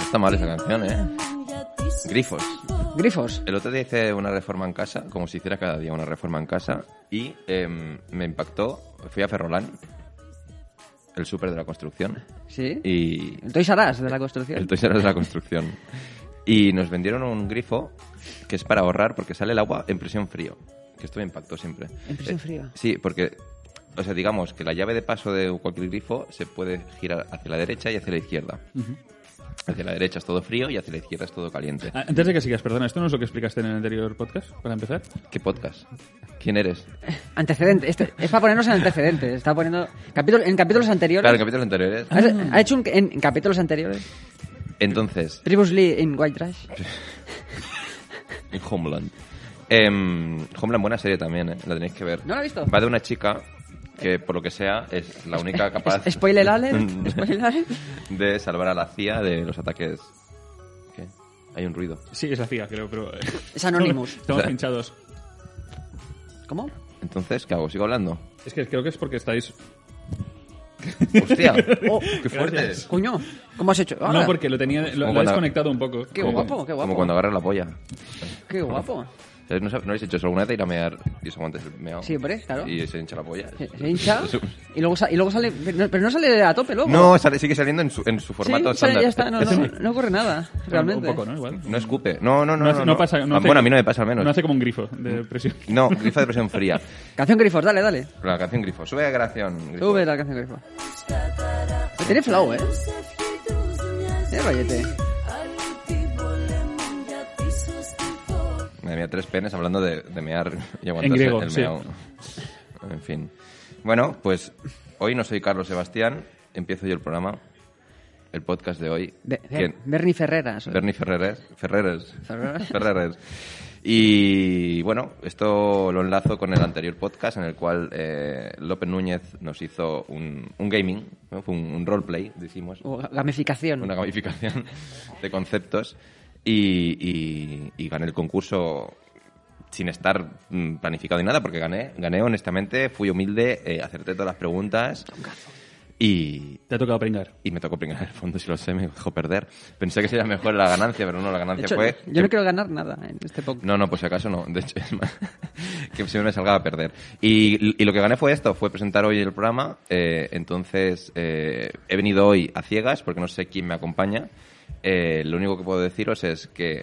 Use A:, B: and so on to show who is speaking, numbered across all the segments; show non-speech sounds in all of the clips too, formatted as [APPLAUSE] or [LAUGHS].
A: Está mal esa canción, ¿eh? Grifos.
B: Grifos.
A: El otro día hice una reforma en casa, como si hiciera cada día una reforma en casa, y em, me impactó. Fui a Ferrolán, el súper de la construcción,
B: Sí.
A: y
B: El Toys R Us de la construcción.
A: Eh, el Toys R Us de la construcción. Y nos vendieron un grifo que es para ahorrar porque sale el agua en presión frío. Que esto me impactó siempre. Eh,
B: En presión frío.
A: Sí, porque, o sea, digamos que la llave de paso de cualquier grifo se puede girar hacia la derecha y hacia la izquierda. Hacia la derecha es todo frío y hacia la izquierda es todo caliente.
C: Ah, Antes de que sigas, perdona, esto no es lo que explicaste en el anterior podcast, para empezar.
A: ¿Qué podcast? ¿Quién eres?
B: Antecedente. Este, es para ponernos en antecedentes. Está poniendo. Capítulo, en capítulos anteriores.
A: Claro, en capítulos anteriores.
B: ¿Has-
C: Ah.
B: ha hecho un, en, en capítulos anteriores.
A: Entonces,
B: Previously in White Trash.
A: en Homeland. Em, Homeland, buena serie también, ¿eh? La tenéis que ver.
B: No la he visto.
A: Va de una chica que, por lo que sea, es la única capaz... Mm.
B: Es- Spoiler
A: [LAUGHS]
B: alert. [LAUGHS] Spoiler alert.
A: de salvar a la CIA de los ataques... ¿Qué? Hay un ruido.
C: Sí, es la CIA, creo, pero...
B: Es Anonymous.
C: [LAUGHS] Estamos pinchados.
B: ¿Cómo?
A: Entonces, ¿qué hago? ¿Sigo
B: [LAUGHS]
A: hablando?
C: Es que creo que es porque estáis...
A: ¡Hostia!
B: [LAUGHS] Oh,
A: ¡Qué fuerte!
C: Gracias.
B: coño. ¿Cómo has hecho? Ahora,
C: No, porque lo tenía... Lo,
A: Como
C: lo he
A: cuando-
C: desconectado un poco.
B: Qué
A: Como
B: guapo,
A: cuando-
B: qué guapo.
A: Como cuando agarras la polla.
B: Qué guapo.
A: ¿Sabes? No, sab- no habéis hecho eso alguna vez de ir a mear y os aguantes el meao.
B: Sí, hombre, claro.
A: Y se hincha la polla.
B: Se
A: [LAUGHS]
B: se hincha. Y luego, sa- y luego sale. Pero no, pero no sale a tope luego.
A: No, sale- sigue saliendo en su, en su
B: Sí,
A: formato
B: sale-
A: estándar.
B: ya está. No,
A: [LAUGHS]
B: no, no ocurre nada. Realmente.
C: Un poco, ¿no? Igual.
A: No escupe. No, no, no.
C: No hace-
A: no,
C: no
A: no.
C: pasa- no
A: Ah,
C: hace-
A: bueno, a mí no me pasa al menos.
C: No hace como un grifo de presión.
A: [LAUGHS] No, grifo de presión fría.
B: Canción Grifos, dale, dale.
A: La canción grifo. Sube la canción grifo.
B: Sube la canción Grifos. Tiene flow, eh. Tiene rollete.
A: Madre mía, tres penes hablando de, de mear y aguantarse
C: griego,
A: el
C: sí.
A: meao. En fin. Bueno, pues hoy no soy Carlos Sebastián. Empiezo yo el programa. El podcast de hoy.
B: Be- Be-
A: ¿Quién?
B: Bernie Ferreras.
A: Bernie Ferreres. Ferreres.
B: Ferreres.
A: Ferreres. Y bueno, esto lo enlazo con el anterior podcast en el cual eh, López Núñez nos hizo un, un gaming, ¿no? Fue un, un roleplay, decimos,
B: O ga- gamificación.
A: una gamificación [LAUGHS] de conceptos y, y- y gané el concurso sin estar mm, planificado ni nada porque gané, gané honestamente, fui humilde, eh, acerté todas las preguntas y,
C: Te ha tocado pringar.
A: y me tocó pringar el fondo, si lo sé, me dejó perder. Pensé que sería mejor la ganancia, pero no, la
B: De
A: ganancia
B: hecho,
A: fue...
B: yo no quiero ganar nada en este podcast.
A: No, no, pues si acaso no. De hecho, es más, [LAUGHS] que siempre me salga a perder. Y, y lo que gané fue esto, fue presentar hoy el programa. Eh, entonces, eh, he venido hoy a ciegas porque no sé quién me acompaña. Eh, lo único que puedo deciros es que,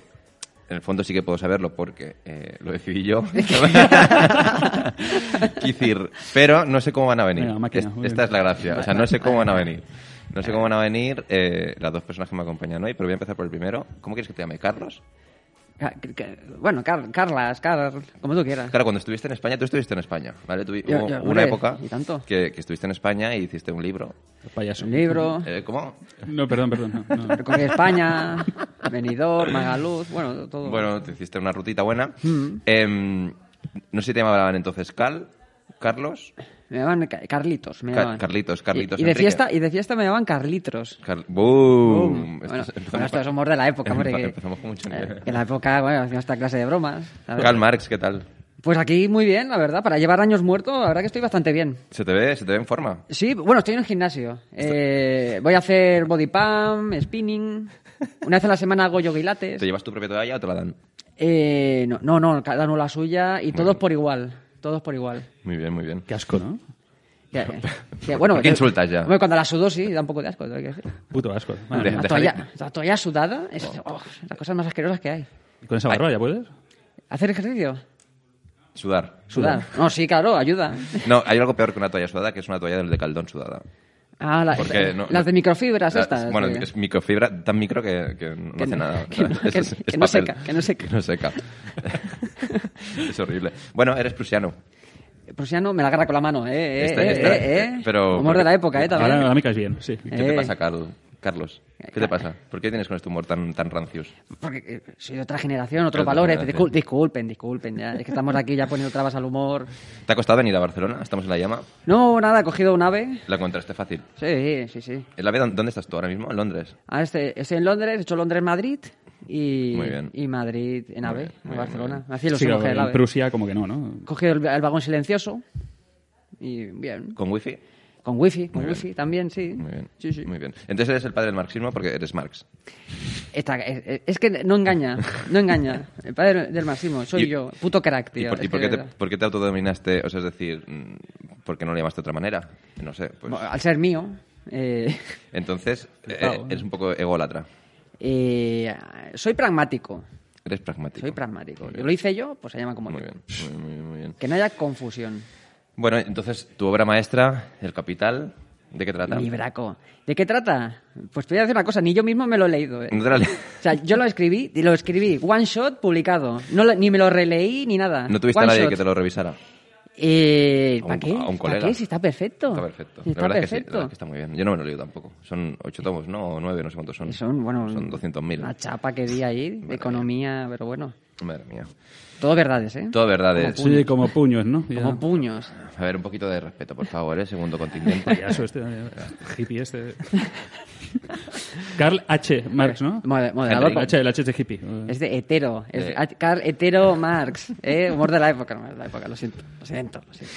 A: en el fondo sí que puedo saberlo porque eh, lo decidí
C: [LAUGHS]
A: yo. [LAUGHS] Quisir. Pero no sé cómo van a venir.
C: Venga, máquina,
A: Es-
C: muy
A: esta
C: bien.
A: es la gracia. O sea, no sé cómo van a venir. No sé cómo van a venir eh, las dos personas que me acompañan hoy, pero voy a empezar por el primero. ¿Cómo quieres que te llame? ¿Carlos?
B: Ca- ca- Bueno, Car- Carlas, Car, como tú quieras.
A: Claro, cuando estuviste en España, tú estuviste en España, ¿vale? Tuvi-
B: Ya,
A: hubo
B: ya,
A: una
B: hombre,
A: época
B: y tanto.
A: Que, que estuviste en España y hiciste un libro.
C: Payaso.
B: Un libro,
A: Eh, ¿Cómo?
C: No, perdón, perdón.
A: [LAUGHS]
C: no, no.
B: Recorrí España, Benidorm, Magaluz, bueno, todo.
A: Bueno, te hiciste una rutita buena.
B: Mm.
A: Em, no sé si te llamaban entonces Cal, Carlos,
B: Me llamaban Ca- Carlitos, me
A: Ca-
B: llamaban.
A: Carlitos, Carlitos
B: Y, y de
A: Enrique.
B: fiesta, y de fiesta me llamaban Carlitos.
A: Car-
B: Boom.
A: ¡Boom! Esto
B: Bueno,
A: es- empezamos
B: bueno,
A: [LAUGHS] pa-
B: estos somos de la época, hombre. Que,
A: Empezamos con mucho
B: eh,
A: nivel.
B: que en la época, bueno, hacíamos esta clase de bromas. ¿sabes?
A: Karl Marx, ¿qué tal?
B: Pues aquí muy bien, la verdad. Para llevar años muerto, la verdad que estoy bastante bien.
A: ¿Se te ve? ¿Se te ve en forma?
B: Sí, bueno, estoy en el gimnasio. Eh, voy a hacer body pump, spinning. Una vez a la semana hago yoguilates.
A: ¿Te llevas tu propia toalla o te la dan?
B: Eh, no, no, no, cada uno la suya y todos por igual. Todos por igual.
A: Muy bien, muy bien.
C: Qué
A: [LAUGHS]
C: asco, ¿no?
B: Ya, eh, ya, bueno,
A: ¿Por qué
B: yo-
A: insultas ya?
B: Hombre, cuando la sudo sí, da un poco de asco. tengo que decir.
C: Puto asco.
A: De-
C: Madre mía.
B: La
A: deja
B: toalla, la toalla sudada es oh, las cosas más asquerosas que hay.
C: ¿Con esa barba ya puedes?
B: ¿Hacer ejercicio?
A: Sudar.
B: Sudar. No, sí, claro, ayuda.
A: No, hay algo peor que una toalla sudada, que es una toalla del de caldón sudada.
B: Ah, la-
A: Porque no-
B: las de microfibras
A: La-
B: estas.
A: Bueno,
B: que-
A: es microfibra tan micro que, que no
B: Que
A: hace
B: no-
A: nada.
B: [LAUGHS] que no-
A: Es- es-
B: que
A: es
B: no
A: papel.
B: seca, que no seca.
A: Que no
B: [LAUGHS]
A: seca. es horrible. Bueno, eres prusiano.
B: Prusiano me la agarra con la mano, eh, eh,
A: Esta-
B: eh,
A: esta-
B: eh, eh.
A: pero-
B: Humor de la época, eh,
C: Ahora,
B: también.
C: ahora me caes bien, sí.
A: ¿Qué te
B: Eh.
A: pasa, Carl- Carlos? ¿Qué te pasa? ¿Por qué tienes con este humor tan, tan rancios?
B: Porque eh, soy de otra generación, otros
A: Otra
B: valores.
A: generación.
B: Discul- Disculpen, disculpen, ya. Es que estamos aquí ya poniendo trabas al humor.
A: ¿Te ha costado venir a Barcelona? Estamos en la llama.
B: No, nada, he cogido un ave.
A: La encontraste fácil.
B: Sí, sí, sí.
A: ¿En la B, dónde estás tú ahora mismo? ¿En Londres?
B: Ahora estoy, estoy en Londres, he hecho Londres-Madrid y,
A: Muy bien.
B: y Madrid en AVE,
A: bien, muy
B: a
A: bien, muy
B: Barcelona.
A: bien.
B: Me hacía ilusión
C: Sí,
B: coger el
C: en
B: AVE.
C: Prusia como que no, ¿no?
B: He cogido el, el vagón silencioso y bien.
A: ¿Con wifi?
B: Con wifi, con
A: Muy bien.
B: wifi también, sí.
A: Muy bien.
B: Sí, sí.
A: Muy bien. Entonces eres el padre del marxismo porque eres Marx.
B: Esta- es, es que no engaña, no engaña. El padre del máximo soy
A: Y-
B: yo. Puto crack,
A: ¿Y
B: tío.
A: por, y
B: es
A: por
B: que
A: qué
B: de
A: te,
B: verdad.
A: por qué te autodominaste? O sea, es decir, mm, ¿por qué no lo llamaste de otra manera? No sé. Pues,
B: Al ser mío, eh,
A: entonces, eh,
C: pavo, ¿no?
A: eres un poco ególatra.
B: eh, soy pragmático.
A: Eres pragmático.
B: Soy pragmático.
A: Muy
B: Yo
A: bien.
B: lo hice yo, pues se llama como
A: Muy
B: yo.
A: bien, muy, muy, muy bien.
B: Que no haya confusión.
A: Bueno, entonces, tu obra maestra, El Capital, ¿de qué trata?
B: Mi braco. ¿De qué trata? Pues te voy a decir una cosa, ni yo mismo me lo he leído. eh.
A: No te la le-
B: O sea, yo lo escribí, lo escribí, one shot publicado. No lo- ni me lo releí ni nada.
A: no tuviste a
B: One
A: nadie
B: shot.
A: que te lo revisara.
B: Eh,
A: A un-
B: ¿Para qué?
A: a un
B: ¿Para
A: colega.
B: qué? Si está perfecto.
A: Está perfecto.
B: Si
A: la
B: está
A: verdad es que sí, la
B: perfecto.
A: verdad es que está muy bien. Yo no me lo he leído tampoco. Son ocho tomos, ¿no? O nueve, no sé cuántos son.
B: Y son, bueno,
A: Son
B: Una
A: 200.000.
B: chapa que di ahí, de
A: Madre
B: economía, pero bueno.
A: Madre mía.
B: Todo verdades, ¿eh?
A: Todo verdades.
B: Como
C: Sí, como puños, ¿no? Ya.
B: Como puños.
A: A ver, un poquito de respeto, por favor, ¿eh? Segundo
B: [LAUGHS]
A: continente.
C: Payaso este, eh, hippie este. Carl H. Marx, ¿no?
B: Mode- moderador.
C: El H, el H es de hippie.
B: Es de hetero. Es de-
A: Eh.
B: ah, Karl Hetero Marx. ¿eh? Humor de la época, humor de la época. Lo siento, lo siento. lo siento.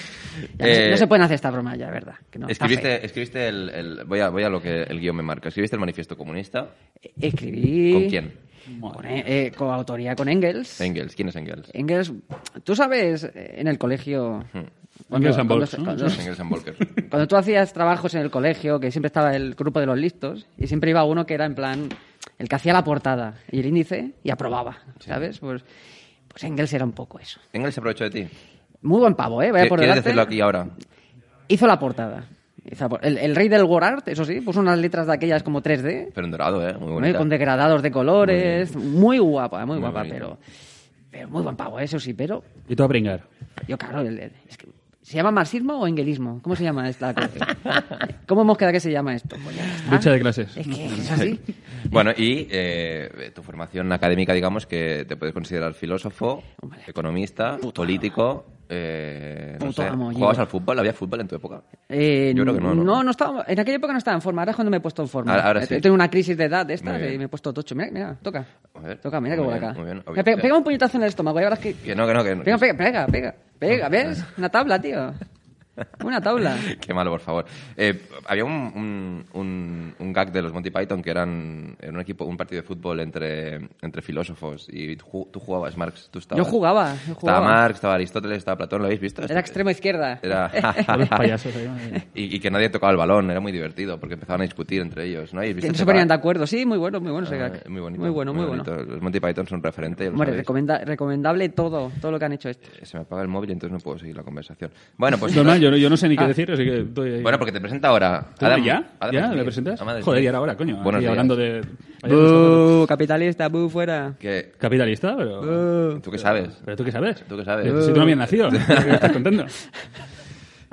B: Ya, no se-
A: Eh,
B: no se pueden hacer esta broma ya, es verdad. que no, está feo.
A: escribiste escribiste el, el- voy, a, voy a lo que el guión me marca. Escribiste el manifiesto comunista.
B: Escribí...
A: ¿Con quién?
B: Con, eh, eh, con autoría con Engels.
A: Engels. ¿Quién es Engels?
B: Engels, tú sabes, eh, en el colegio... cuando-
C: Engels and
B: cuando-
C: Volks, ¿no?
B: cuando-
A: Engels and Volker.
B: [LAUGHS] Cuando tú hacías trabajos en el colegio, que siempre estaba el grupo de los listos, y siempre iba uno que era en plan el que hacía la portada y el índice y aprobaba, ¿sabes? Pues, pues Engels era un poco eso.
A: Engels se aprovechó de ti.
B: Muy buen pavo, ¿eh? Vaya por
A: ¿Quieres
B: delante.
A: decirlo aquí ahora?
B: Hizo la portada. Hizo la por- El, el rey del war art, eso sí, puso unas letras de aquellas como 3D,
A: Pero en dorado, ¿eh? Muy
B: ¿no?
A: bonita.
B: con degradados de colores, muy, guapa, muy,
A: Muy
B: guapa,
A: bonita.
B: pero, pero muy buen pavo, ¿eh? eso sí, pero
C: Y tú a brincar.
B: yo, claro, el- el- es que- ¿se llama marxismo o engelismo? ¿Cómo se llama
A: [LAUGHS]
B: esta cosa? ¿Cómo hemos quedado que se llama esto? Pues ya está.
C: Lucha de clases.
B: Es
A: [LAUGHS]
B: que es así.
A: Bueno, y eh, tu formación académica, digamos, que te puedes considerar filósofo,
B: Hombre.
A: economista, político. Eh, no
B: Puto
A: sé.
B: amo,
A: ¿Jugabas
B: yo.
A: al fútbol? ¿Había fútbol en tu época?
B: Eh,
A: Yo creo que no, ¿no?
B: estaba, en aquella época no estaba en forma, ahora es cuando me he puesto en forma.
A: Ahora- ahora
B: Eh,
A: sí.
B: Tengo una crisis de edad de estas
A: Muy bien.
B: y me he puesto tocho. Mira, mira, toca.
A: A ver.
B: Toca, mira que
A: Muy
B: bola
A: bien,
B: acá.
A: muy bien.
B: Mira, pega, pega un puñetazo en el estómago, ya verás que...
A: Que no, que no, que no.
B: Pega, pega, pega, pega, pega, ¿ves? Una tabla, tío. Una tabla.
A: [LAUGHS] Qué malo, por favor. Eh, había un, un, un- un gag de los Monty Python que eran, era un equipo, un partido de fútbol entre, entre filósofos y ju- tú jugabas, Marx, tú estabas.
B: Yo jugaba, yo jugaba.
A: Estaba Marx, estaba Aristóteles, estaba Platón, ¿lo habéis visto? Este-
B: Era extremo izquierda. [LAUGHS]
A: Era...
C: Todos los payasos
A: [LAUGHS]
C: ahí, madre mía.
A: y, y que nadie tocaba el balón, era muy divertido porque empezaban a discutir entre ellos, ¿no? Y este
B: Que no se ponían de acuerdo. Sí, muy bueno, muy bueno ese gag.
A: Ah, muy bonito.
B: Muy bueno, muy, bueno.
A: bonito. Los Monty Python son referente. lo
B: Hombre,
A: sabéis.
B: recomenda- recomendable todo, todo lo que han hecho este. esto.
A: Eh, Se me apaga el móvil y entonces no puedo seguir la conversación. Bueno, pues...
C: Normal, yo, no- yo no sé ni qué
B: Ah.
C: decir, así que doy ahí.
A: Bueno, porque te presenta ahora.
C: ¿Tú
A: Adam-
C: ¿Ya?
A: Adam
C: ¿Ya?
A: Smith.
C: ¿Le presentas?
A: Ah, madre
C: Joder,
A: mía.
C: y ahora, coño.
A: Buenos
C: aquí
A: días.
C: hablando de...
B: Buu, capitalista, buu, fuera.
A: Que-
C: Capitalista, pero...
A: ¿Tú qué sabes?
C: ¿Pero tú qué sabes? Eh,
A: ¿Tú qué sabes?
C: Si tú no habías nacido. ¿qué ¿Estás
B: [LAUGHS]
C: contento?